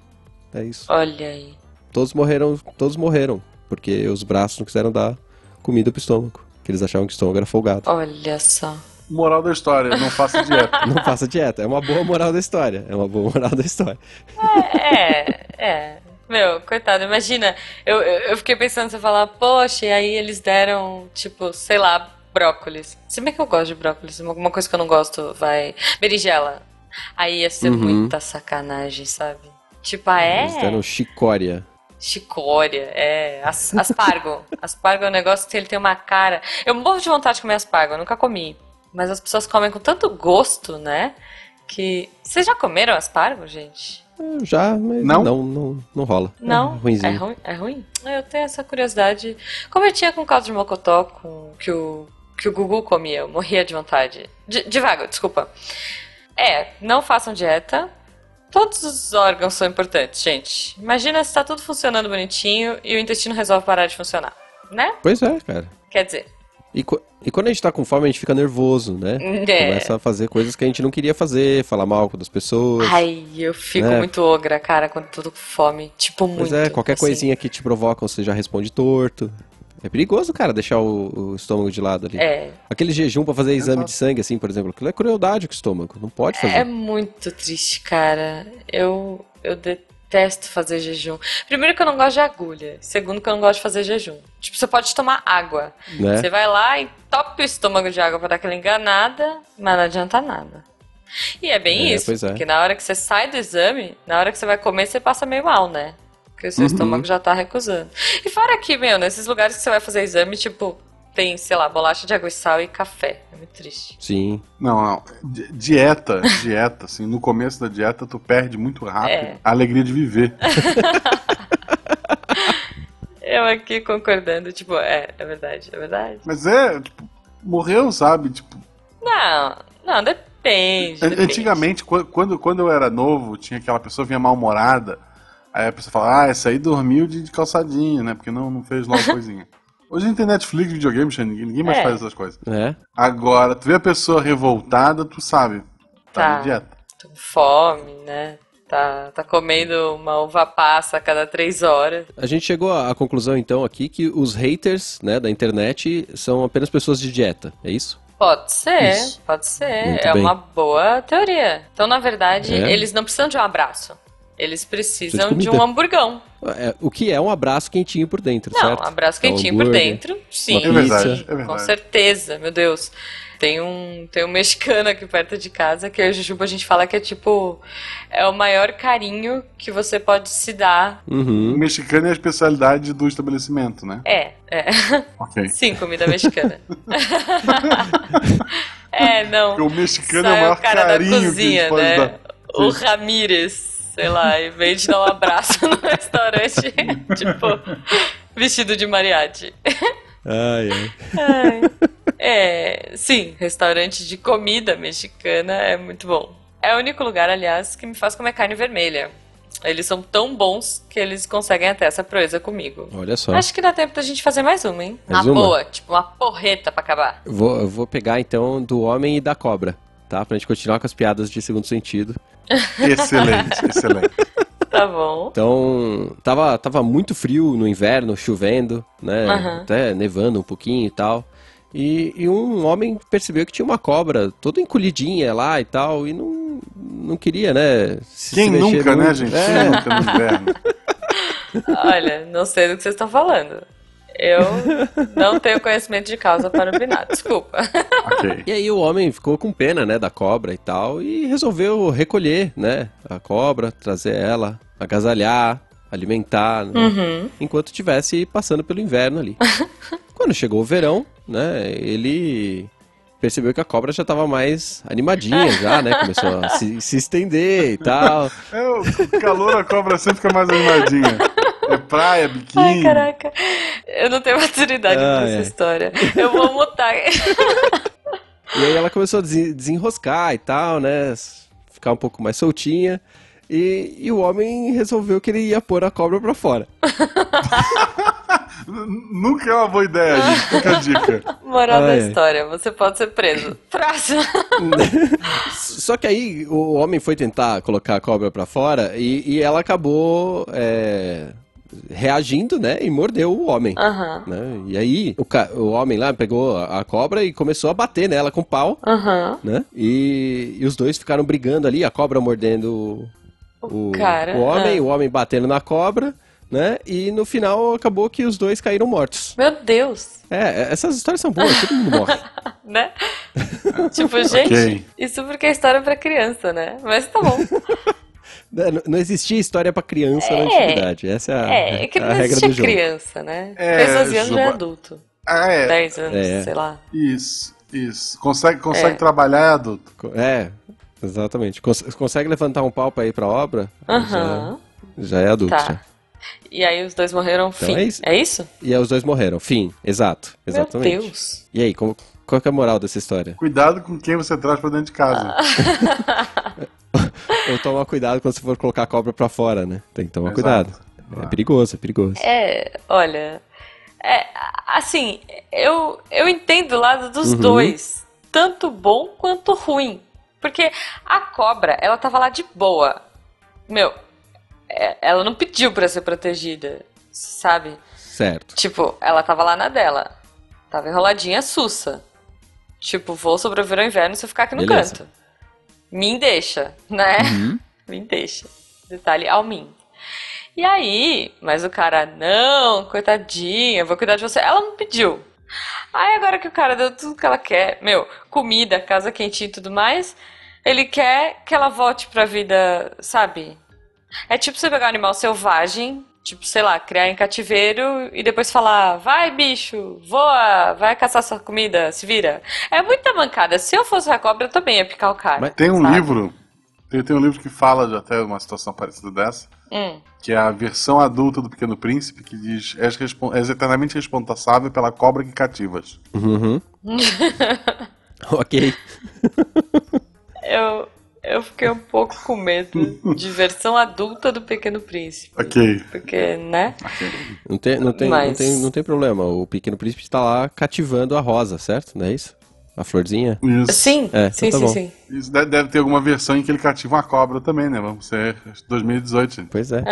Speaker 3: É isso.
Speaker 2: Olha aí.
Speaker 3: Todos morreram, todos morreram, porque os braços não quiseram dar comida pro estômago. Que eles achavam que o estômago era folgado.
Speaker 2: Olha só.
Speaker 1: Moral da história, não faça dieta.
Speaker 2: [laughs]
Speaker 3: Não faça dieta. É uma boa moral da história. É uma boa moral da história.
Speaker 2: É, é. Meu, coitado, imagina. Eu, eu eu fiquei pensando, você falar, poxa, e aí eles deram, tipo, sei lá, brócolis. Se bem que eu gosto de brócolis, alguma coisa que eu não gosto vai. Berinjela. Aí ia ser
Speaker 3: Uhum.
Speaker 2: muita sacanagem, sabe? Tipo, ah, é?
Speaker 3: Eles deram chicória.
Speaker 2: Chicória, é. As, aspargo. aspargo é um negócio que ele tem uma cara. Eu morro de vontade de comer aspargo, eu nunca comi. Mas as pessoas comem com tanto gosto, né? Que. Vocês já comeram aspargo, gente?
Speaker 3: É, Já, mas
Speaker 1: Não?
Speaker 3: não, não, não, rola.
Speaker 2: Não,
Speaker 3: É ruimzinho.
Speaker 2: é ruim? É ruim? Eu tenho essa curiosidade. Como eu tinha com o caldo de mocotó, com, que, o, que o Gugu comia, eu morria de vontade. De, de vago, desculpa. É, não façam dieta. Todos os órgãos são importantes, gente. Imagina se tá tudo funcionando bonitinho e o intestino resolve parar de funcionar, né?
Speaker 3: Pois é, cara.
Speaker 2: Quer
Speaker 3: [laughs]
Speaker 2: dizer,
Speaker 3: E, co- e quando a gente tá com fome, a gente fica nervoso, né?
Speaker 2: é.
Speaker 3: Começa a fazer coisas que a gente não queria fazer, falar mal com as pessoas.
Speaker 2: Ai, eu fico
Speaker 3: É.
Speaker 2: muito ogra, cara, quando tô com fome. Tipo, muito.
Speaker 3: pois é, qualquer
Speaker 2: assim.
Speaker 3: coisinha que te provocam, você já responde torto. É perigoso, cara, deixar o, o estômago de lado ali.
Speaker 2: É,
Speaker 3: Aquele jejum pra fazer exame
Speaker 1: Exato.
Speaker 3: de sangue, assim, por exemplo, aquilo é crueldade com o estômago. Não pode fazer.
Speaker 2: É muito triste, cara. Eu, eu detesto fazer jejum. Primeiro que eu não gosto de agulha. Segundo que eu não gosto de fazer jejum. Tipo, você pode tomar água.
Speaker 3: né?
Speaker 2: Você vai lá e topa o estômago de água pra dar aquela enganada, mas não adianta nada. E é bem
Speaker 3: É,
Speaker 2: isso,
Speaker 3: pois é.
Speaker 2: porque na hora que você sai do exame, na hora que você vai comer, você passa meio mal, né? Porque o seu
Speaker 1: Uhum.
Speaker 2: estômago já tá recusando. E fora que, meu, nesses lugares que você vai fazer exame, tipo, tem, sei lá, bolacha de água e sal e café. É muito triste.
Speaker 3: Sim.
Speaker 1: Não, não. Di- Dieta, dieta, assim, no começo da dieta tu perde muito rápido
Speaker 2: É.
Speaker 1: a alegria de viver.
Speaker 2: Eu aqui concordando, tipo, é, é verdade, é verdade.
Speaker 1: Mas é, tipo, morreu, sabe? Tipo,
Speaker 2: Não, não, depende.
Speaker 1: an-
Speaker 2: depende.
Speaker 1: antigamente, quan- quando, quando eu era novo, tinha aquela pessoa que vinha mal-humorada, aí a pessoa fala, ah, essa aí dormiu de, de calçadinha, né? Porque não, não fez logo
Speaker 2: [laughs]
Speaker 1: coisinha. Hoje a gente tem Netflix, videogame, Xande, ninguém, ninguém mais
Speaker 2: É.
Speaker 1: faz essas coisas.
Speaker 3: É.
Speaker 1: Agora, tu vê a pessoa revoltada, tu sabe, tá,
Speaker 2: Tá.
Speaker 1: de dieta.
Speaker 2: Tô com fome, né? Tá, tá comendo uma uva passa a cada três horas.
Speaker 3: A gente chegou à à conclusão, então, aqui, que os haters, né, da internet são apenas pessoas de dieta. É isso?
Speaker 2: Pode ser,
Speaker 3: Isso.
Speaker 2: pode ser.
Speaker 3: Muito
Speaker 2: é
Speaker 3: bem.
Speaker 2: uma boa teoria. Então, na verdade,
Speaker 3: É.
Speaker 2: eles não precisam de um abraço. Eles precisam
Speaker 3: Precisa de
Speaker 2: de um
Speaker 3: comida.
Speaker 2: hamburgão.
Speaker 3: É, o que é um abraço quentinho por dentro,
Speaker 2: Não,
Speaker 3: certo?
Speaker 2: um abraço
Speaker 3: É um
Speaker 2: quentinho por
Speaker 3: hambúrguer.
Speaker 2: dentro. Sim,
Speaker 3: É verdade,
Speaker 2: sim,
Speaker 1: é verdade.
Speaker 2: com certeza, meu Deus. Tem um, tem um mexicano aqui perto de casa que eu e a Jujuba a gente fala que é tipo. É o maior carinho que você pode se dar.
Speaker 1: O
Speaker 3: Uhum.
Speaker 1: mexicano é a especialidade do estabelecimento, né?
Speaker 2: É, é.
Speaker 1: Ok.
Speaker 2: Sim, comida mexicana. [laughs] é, não.
Speaker 1: Porque o mexicano é o
Speaker 2: Sai
Speaker 1: maior
Speaker 2: o cara da
Speaker 1: carinho que a
Speaker 2: cozinha,
Speaker 1: gente pode
Speaker 2: né?
Speaker 1: dar.
Speaker 2: O Ramírez, sei lá, e vem te dar um abraço [laughs] no restaurante, [laughs] tipo, vestido de mariachi.
Speaker 3: Ai, ai.
Speaker 2: Ai. É, sim, restaurante de comida mexicana é muito bom. É o único lugar, aliás, que me faz comer carne vermelha. Eles são tão bons que eles conseguem até essa proeza comigo.
Speaker 3: Olha só.
Speaker 2: Acho que dá tempo da gente fazer mais uma, hein?
Speaker 3: Mais
Speaker 2: uma
Speaker 3: uma?
Speaker 2: boa, tipo uma porreta pra
Speaker 3: [laughs]
Speaker 2: acabar.
Speaker 3: Eu Vou, eu vou pegar então do homem e da cobra, tá? Pra gente continuar com as piadas de segundo sentido.
Speaker 1: Excelente, excelente.
Speaker 2: Tá bom.
Speaker 3: Então, tava, tava muito frio no inverno, chovendo, né?
Speaker 2: Aham.
Speaker 3: Até nevando um pouquinho e tal. E, e um homem percebeu que tinha uma cobra toda encolhidinha lá e tal, e não, não queria, né? [laughs] se-
Speaker 1: Quem
Speaker 3: se mexer
Speaker 1: nunca, né,
Speaker 3: muito.
Speaker 1: gente?
Speaker 3: É,
Speaker 1: Quem nunca no
Speaker 3: [laughs]
Speaker 1: inverno?
Speaker 2: Olha, não sei do que vocês estão falando. Eu não tenho conhecimento de causa para opinar, desculpa.
Speaker 1: Ok.
Speaker 3: E aí o homem ficou com pena, né, da cobra e tal, e resolveu recolher, né, a cobra, trazer ela, agasalhar, alimentar, né, enquanto estivesse passando pelo inverno ali. Quando chegou o verão, né, ele percebeu que a cobra já estava mais animadinha já, né, começou a se, se estender e tal.
Speaker 1: É, o calor a cobra sempre fica mais animadinha. É praia, biquíni.
Speaker 2: Ai, caraca. Eu não tenho maturidade
Speaker 3: Ah,
Speaker 2: pra essa
Speaker 3: é.
Speaker 2: história. Eu vou mutar.
Speaker 3: E aí ela começou a desen- desenroscar e tal, né, s- ficar um pouco mais soltinha. E, e o homem resolveu que ele ia pôr a cobra pra fora.
Speaker 1: N- Nunca é uma boa ideia, gente. Fica a
Speaker 2: [laughs]
Speaker 1: dica.
Speaker 2: Moral da
Speaker 3: Ai, ai.
Speaker 2: história, você pode ser
Speaker 3: [laughs]
Speaker 2: preso. Praça.
Speaker 3: Só que aí o homem foi tentar colocar a cobra pra fora e, e ela acabou é, reagindo, né? E mordeu o homem.
Speaker 2: Aham.
Speaker 3: né? E aí o, ca- o homem lá pegou a a cobra e começou a bater nela com pau,
Speaker 2: Aham.
Speaker 3: né? E, e os dois ficaram brigando ali, a cobra mordendo o,
Speaker 2: O cara,
Speaker 3: o homem,
Speaker 2: ah.
Speaker 3: o homem batendo na cobra, né? E no final acabou que os dois caíram mortos.
Speaker 2: Meu Deus.
Speaker 3: É, essas histórias são boas, todo
Speaker 2: [laughs]
Speaker 3: mundo morre. [laughs]
Speaker 2: Né? tipo, gente,
Speaker 1: Ok.
Speaker 2: isso porque é história pra criança, né? Mas tá
Speaker 3: [laughs]
Speaker 2: bom.
Speaker 3: Né, Não não existia história pra criança na
Speaker 2: É.
Speaker 3: antiguidade. Essa é a,
Speaker 2: É, é que
Speaker 3: a
Speaker 2: não
Speaker 3: regra do
Speaker 2: existia
Speaker 3: jogo.
Speaker 2: criança, né?
Speaker 1: É,
Speaker 2: Com 12 anos já é
Speaker 1: Juba.
Speaker 2: adulto.
Speaker 1: Ah, é.
Speaker 2: 10 anos,
Speaker 3: É.
Speaker 2: sei lá.
Speaker 1: Isso, isso. Consegue, consegue
Speaker 2: É.
Speaker 1: trabalhar, adulto?
Speaker 3: Co- É, exatamente. Cons- consegue levantar um pau pra ir pra obra?
Speaker 2: Aham.
Speaker 3: Já, já é adulto.
Speaker 2: Tá.
Speaker 3: já.
Speaker 2: E aí os dois morreram, fim.
Speaker 3: é isso.
Speaker 2: É isso?
Speaker 3: E aí os dois morreram. Fim, exato. Exatamente.
Speaker 2: Meu Deus. [laughs]
Speaker 3: E aí, como- qual que é a moral dessa história?
Speaker 1: Cuidado com quem você traz pra dentro de casa.
Speaker 2: Ah.
Speaker 3: Ou tomar cuidado quando você for colocar a cobra pra fora, né? Tem que tomar
Speaker 1: Exato.
Speaker 3: cuidado. É perigoso, é perigoso.
Speaker 2: É, olha. É, assim, eu, eu entendo o lado dos
Speaker 3: Uhum.
Speaker 2: dois. Tanto bom quanto ruim. Porque a cobra, ela tava lá de boa. Meu, é, ela não pediu pra ser protegida, sabe?
Speaker 3: Certo.
Speaker 2: Tipo, ela tava lá na dela. Tava enroladinha, sussa. Tipo, vou sobreviver ao inverno se eu ficar aqui no
Speaker 3: Beleza. Uhum.
Speaker 2: canto. Me deixa, né? [laughs] Me deixa. Detalhe ao mim. E aí, mas o cara, não, coitadinha, vou cuidar de você. Ela não pediu. Aí agora que o cara deu tudo que ela quer, meu, comida, casa quentinha e tudo mais, ele quer que ela volte pra vida, sabe? É tipo você pegar um animal selvagem, tipo, sei lá, criar em cativeiro e depois falar, vai bicho, voa, vai caçar sua comida, se vira. É muita mancada. Se eu fosse a cobra, eu também ia picar o cara.
Speaker 3: Mas
Speaker 1: Tem um
Speaker 2: sabe?
Speaker 1: livro, tem, tem um livro que fala de até uma situação parecida dessa,
Speaker 2: Hum.
Speaker 1: que é a versão adulta do Pequeno Príncipe, que diz: És, respon- és eternamente responsável pela cobra que cativas.
Speaker 2: [laughs]
Speaker 3: Uhum. ok.
Speaker 2: Eu, eu fiquei um pouco com medo de versão adulta do Pequeno Príncipe.
Speaker 1: Ok.
Speaker 2: Porque, né?
Speaker 3: Não tem, não, tem, não,
Speaker 2: Mas-
Speaker 3: tem, não tem problema. O Pequeno Príncipe tá lá cativando a rosa, certo? Não é isso? A florzinha?
Speaker 1: Isso.
Speaker 2: Sim,
Speaker 3: É,
Speaker 2: sim,
Speaker 3: então
Speaker 2: sim,
Speaker 3: tá
Speaker 2: sim.
Speaker 1: Isso deve, deve ter alguma versão em que ele cativa uma cobra também, né? Vamos ser 2018, gente.
Speaker 2: [laughs]
Speaker 3: Pois é.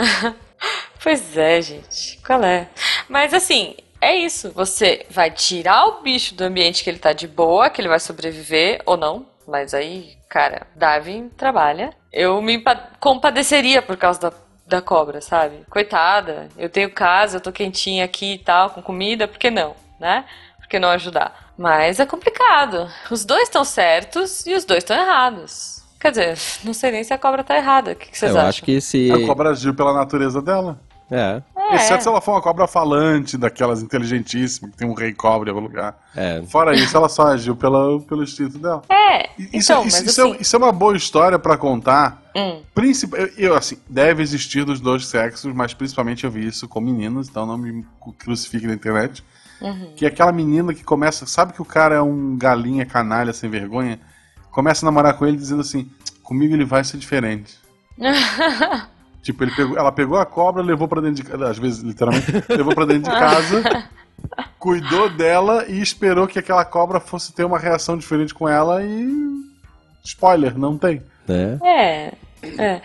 Speaker 2: Pois é, gente. Qual é? Mas assim, é isso. Você vai tirar o bicho do ambiente que ele tá de boa, que ele vai sobreviver ou não. Mas aí, cara, Darwin trabalha. Eu me empa- compadeceria por causa da, da cobra, sabe? Coitada, eu tenho casa, eu tô quentinha aqui e tal, com comida, por que não, né? Por que não ajudar? Mas é complicado. Os dois estão certos e os dois estão errados. Quer dizer, [laughs] não sei nem se a cobra tá errada. O que, que vocês
Speaker 3: É, Eu
Speaker 2: acham?
Speaker 3: acho que se.
Speaker 1: A É cobra agiu pela natureza dela.
Speaker 3: É,
Speaker 2: É.
Speaker 1: Exceto se ela for uma cobra falante, daquelas inteligentíssimas, que tem um rei cobra em algum lugar.
Speaker 3: é.
Speaker 1: Fora isso, ela só agiu pela, pelo instinto dela.
Speaker 2: É,
Speaker 1: E- Isso,
Speaker 2: então,
Speaker 1: isso-
Speaker 2: mas
Speaker 1: isso é-
Speaker 2: assim...
Speaker 1: isso é uma boa história pra contar
Speaker 2: Hum,
Speaker 1: Princip... Eu, eu, assim, deve existir dos dois sexos, mas principalmente eu vi isso com meninas, então não me cu- crucifique na internet. Que é aquela menina que começa, sabe que o cara é um galinha canalha sem vergonha? Começa a namorar com ele dizendo assim: Comigo ele vai ser diferente. tipo, ele pegou- ela pegou a cobra, levou pra dentro de casa. Às vezes, literalmente, levou pra dentro de casa, cuidou dela e esperou que aquela cobra fosse ter uma reação diferente com ela e. Spoiler, não tem.
Speaker 3: né?
Speaker 2: É, é.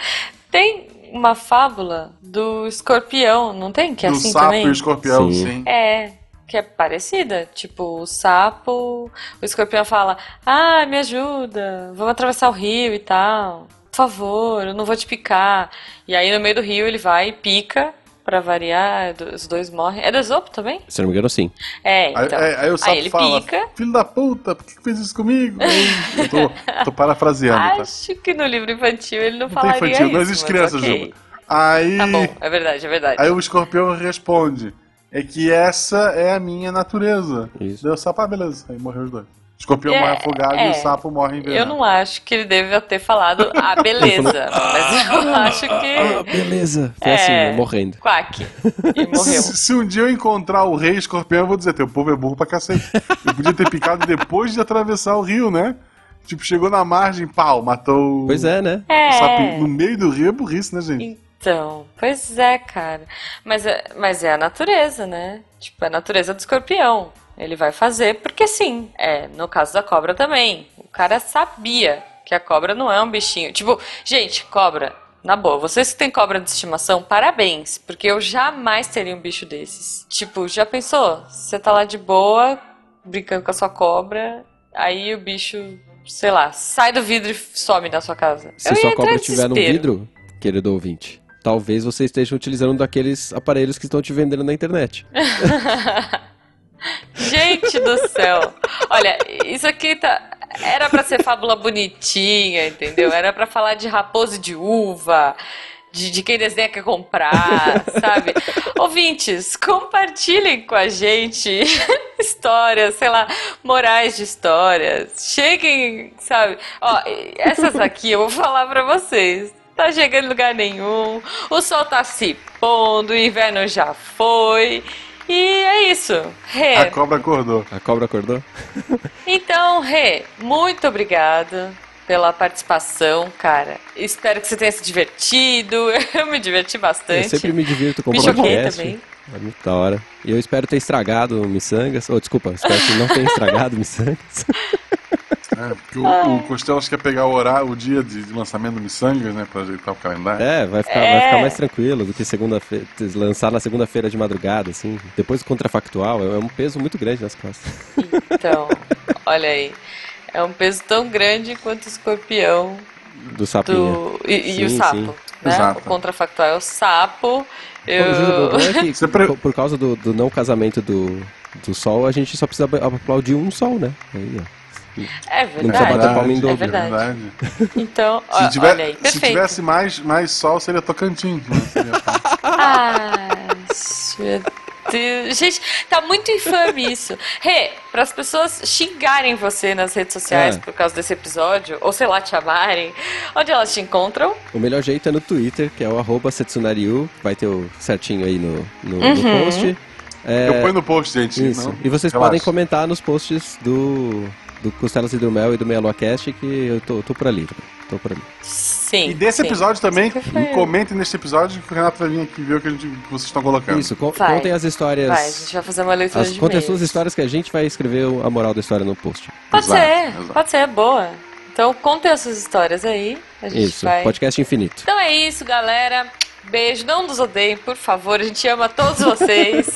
Speaker 2: Tem uma fábula do escorpião, não tem? Que é
Speaker 1: do
Speaker 2: assim
Speaker 1: sapo
Speaker 2: também?
Speaker 1: e o escorpião,
Speaker 3: Sim.
Speaker 1: sim.
Speaker 2: É, que é parecida. Tipo, o sapo, o escorpião fala: Ah, me ajuda, vamos atravessar o rio e tal. Por favor, eu não vou te picar. E aí no meio do rio ele vai e pica. Pra variar, do- os dois morrem. É do Esopo também?
Speaker 3: Se não me engano, sim.
Speaker 2: É,
Speaker 1: Aí,
Speaker 2: então.
Speaker 1: aí- aí o sapo
Speaker 2: ele
Speaker 1: fala:
Speaker 2: pica.
Speaker 1: Filho da puta, por que que fez isso
Speaker 2: [laughs]
Speaker 1: comigo? Eu tô, tô parafraseando, tá?
Speaker 2: Acho que no livro infantil ele não,
Speaker 1: Não tem
Speaker 2: falaria
Speaker 1: infantil,
Speaker 2: isso.
Speaker 1: não existe
Speaker 2: mas
Speaker 1: criança,
Speaker 2: ok.
Speaker 1: Juba. Aí,
Speaker 2: Tá bom, é verdade, é verdade.
Speaker 1: aí o escorpião responde: É que essa é a minha natureza.
Speaker 3: Isso.
Speaker 1: Deu o sapo, ah, beleza. Aí morreu os dois. O escorpião
Speaker 2: É,
Speaker 1: morre afogado e
Speaker 2: é.
Speaker 1: o sapo morre
Speaker 2: Eu
Speaker 1: envenenado.
Speaker 2: não acho que ele deva ter falado
Speaker 3: [laughs]
Speaker 2: ah, beleza. mas eu acho
Speaker 3: Ah,
Speaker 2: que.
Speaker 3: beleza. Foi
Speaker 2: É.
Speaker 3: assim, né? morrendo.
Speaker 2: Quack. E morreu.
Speaker 1: Se, se um dia eu encontrar o rei escorpião, eu vou dizer: Teu povo é burro pra cacete. Eu podia ter picado depois de atravessar o rio, né? Tipo, chegou na margem, pau, matou. o-
Speaker 3: Pois é, né?
Speaker 2: É.
Speaker 1: Sapinho. No meio do rio é burrice, né, gente?
Speaker 2: Então, pois é, cara. Mas é, mas é a natureza, né? Tipo, é a natureza do escorpião. Ele vai fazer porque sim. É, no caso da cobra também. O cara sabia que a cobra não é um bichinho. Tipo, gente, cobra, na boa, vocês que têm cobra de estimação, parabéns, porque eu jamais teria um bicho desses. Tipo, já pensou? Você tá lá de boa, brincando com a sua cobra, aí o bicho, sei lá, sai do vidro e some na sua casa.
Speaker 3: Se
Speaker 2: eu ia
Speaker 3: sua
Speaker 2: entrar
Speaker 3: cobra
Speaker 2: em
Speaker 3: estiver no
Speaker 2: desespero.
Speaker 3: vidro, querido ouvinte, talvez você esteja utilizando um daqueles aparelhos que estão te vendendo na internet.
Speaker 2: Gente do céu. Olha, isso aqui tá. Era pra ser fábula bonitinha, entendeu? Era pra falar de raposo e de uva, de, de quem desenha quer comprar, sabe? Ouvintes, compartilhem com a gente [laughs] histórias, sei lá, morais de histórias. Cheguem, sabe? Ó, essas aqui eu vou falar pra vocês. Tá chegando em lugar nenhum, o sol tá se pondo, o inverno já foi. E é isso. Rê,
Speaker 1: A cobra acordou.
Speaker 3: A
Speaker 2: [laughs]
Speaker 3: cobra acordou?
Speaker 2: então, Rê, muito obrigada pela participação, cara. Espero que você tenha se divertido. [laughs] Eu me diverti
Speaker 3: Eu
Speaker 2: bastante.
Speaker 3: sempre me divirto com
Speaker 2: me choquei
Speaker 3: podcast.
Speaker 2: também.
Speaker 3: É muito da hora. E eu espero ter estragado o Missangas. Ou, desculpa, espero que não tenha estragado [laughs] o Missangas.
Speaker 1: É, porque
Speaker 2: Ah.
Speaker 1: o, o Costelas quer pegar o horário, o dia de, de lançamento do Missangas, né? Pra ajeitar o calendário.
Speaker 3: É, vai ficar,
Speaker 2: É.
Speaker 3: vai ficar mais tranquilo do que segunda-feira, lançar na segunda-feira de madrugada, assim. Depois do contrafactual, é um peso muito grande nas costas.
Speaker 2: Então, olha aí. É um peso tão grande quanto o escorpião
Speaker 3: Do sapinho.
Speaker 2: do... e, e
Speaker 3: Sim,
Speaker 2: o
Speaker 3: sim.
Speaker 2: sapo. Né?
Speaker 1: Exato.
Speaker 2: O contrafactual é o sapo. Eu...
Speaker 3: Mas o
Speaker 2: [laughs]
Speaker 3: problema é que,
Speaker 1: Você pre-
Speaker 3: co- por causa do, do não casamento do, do sol, a gente só precisa ab- aplaudir um sol, né? Aí, ó.
Speaker 2: É
Speaker 3: Não precisa
Speaker 2: verdade.
Speaker 3: bater palma em
Speaker 2: É
Speaker 3: dobro.
Speaker 2: verdade. Então, ó,
Speaker 1: Se, tiver-
Speaker 2: olha aí.
Speaker 1: se
Speaker 2: Perfeito.
Speaker 1: tivesse mais, mais sol, seria Tocantins. Né?
Speaker 3: [laughs]
Speaker 1: Seria-
Speaker 2: Ai, meu Deus. Gente, tá muito infame isso. Rê, para as pessoas xingarem você nas redes sociais
Speaker 3: É.
Speaker 2: por causa desse episódio, ou sei lá, te amarem, onde elas te encontram?
Speaker 3: O melhor jeito é no Twitter, que é o arroba Setsunariu. Vai ter o certinho aí no, no, no
Speaker 2: Uhum.
Speaker 3: post. É,
Speaker 1: Eu ponho no post, gente.
Speaker 3: isso.
Speaker 1: Não,
Speaker 3: E vocês
Speaker 1: relaxa.
Speaker 3: podem comentar nos posts do, do Costelas Hidromel e do Meia Lua Cast, que eu tô, tô por ali. Tô por ali.
Speaker 2: Sim.
Speaker 1: E desse
Speaker 2: sim.
Speaker 1: episódio também, um
Speaker 2: Perfeito.
Speaker 1: comentem neste episódio que o Renato vai vir aqui ver o que, a gente, que vocês estão colocando.
Speaker 3: Isso, co-
Speaker 2: Vai.
Speaker 3: contem as histórias.
Speaker 2: Vai, a gente vai fazer uma leitura
Speaker 3: as,
Speaker 2: de
Speaker 3: contem as suas
Speaker 2: e-mails.
Speaker 3: histórias que a gente vai escrever o- a moral da história no post.
Speaker 2: Pode
Speaker 1: Exato,
Speaker 2: ser,
Speaker 1: exato.
Speaker 2: pode ser, boa. Então contem as suas histórias aí. A gente
Speaker 3: Isso,
Speaker 2: vai.
Speaker 3: podcast infinito.
Speaker 2: Então é isso, galera. Beijo, não nos odeiem, por favor. A gente ama todos
Speaker 3: [laughs]
Speaker 2: vocês.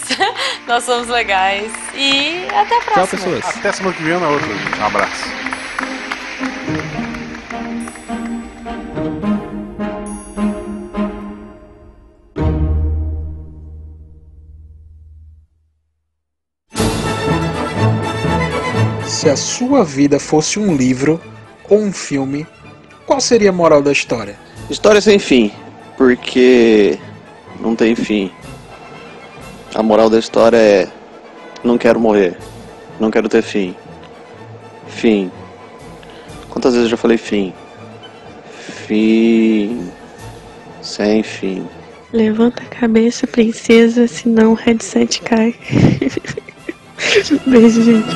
Speaker 2: Nós somos legais. E até a próxima.
Speaker 3: Tchau, pessoas.
Speaker 1: Até semana que vem na outra, gente. Um abraço.
Speaker 4: Se a sua vida fosse um livro ou um filme, qual seria a moral da história?
Speaker 5: História sem fim, porque não tem fim. A moral da história é: não quero morrer, não quero ter fim. Fim. Quantas vezes eu já falei fim? Fim. Sem fim.
Speaker 6: Levanta a cabeça, princesa, senão o headset cai. [laughs] Beijo, gente.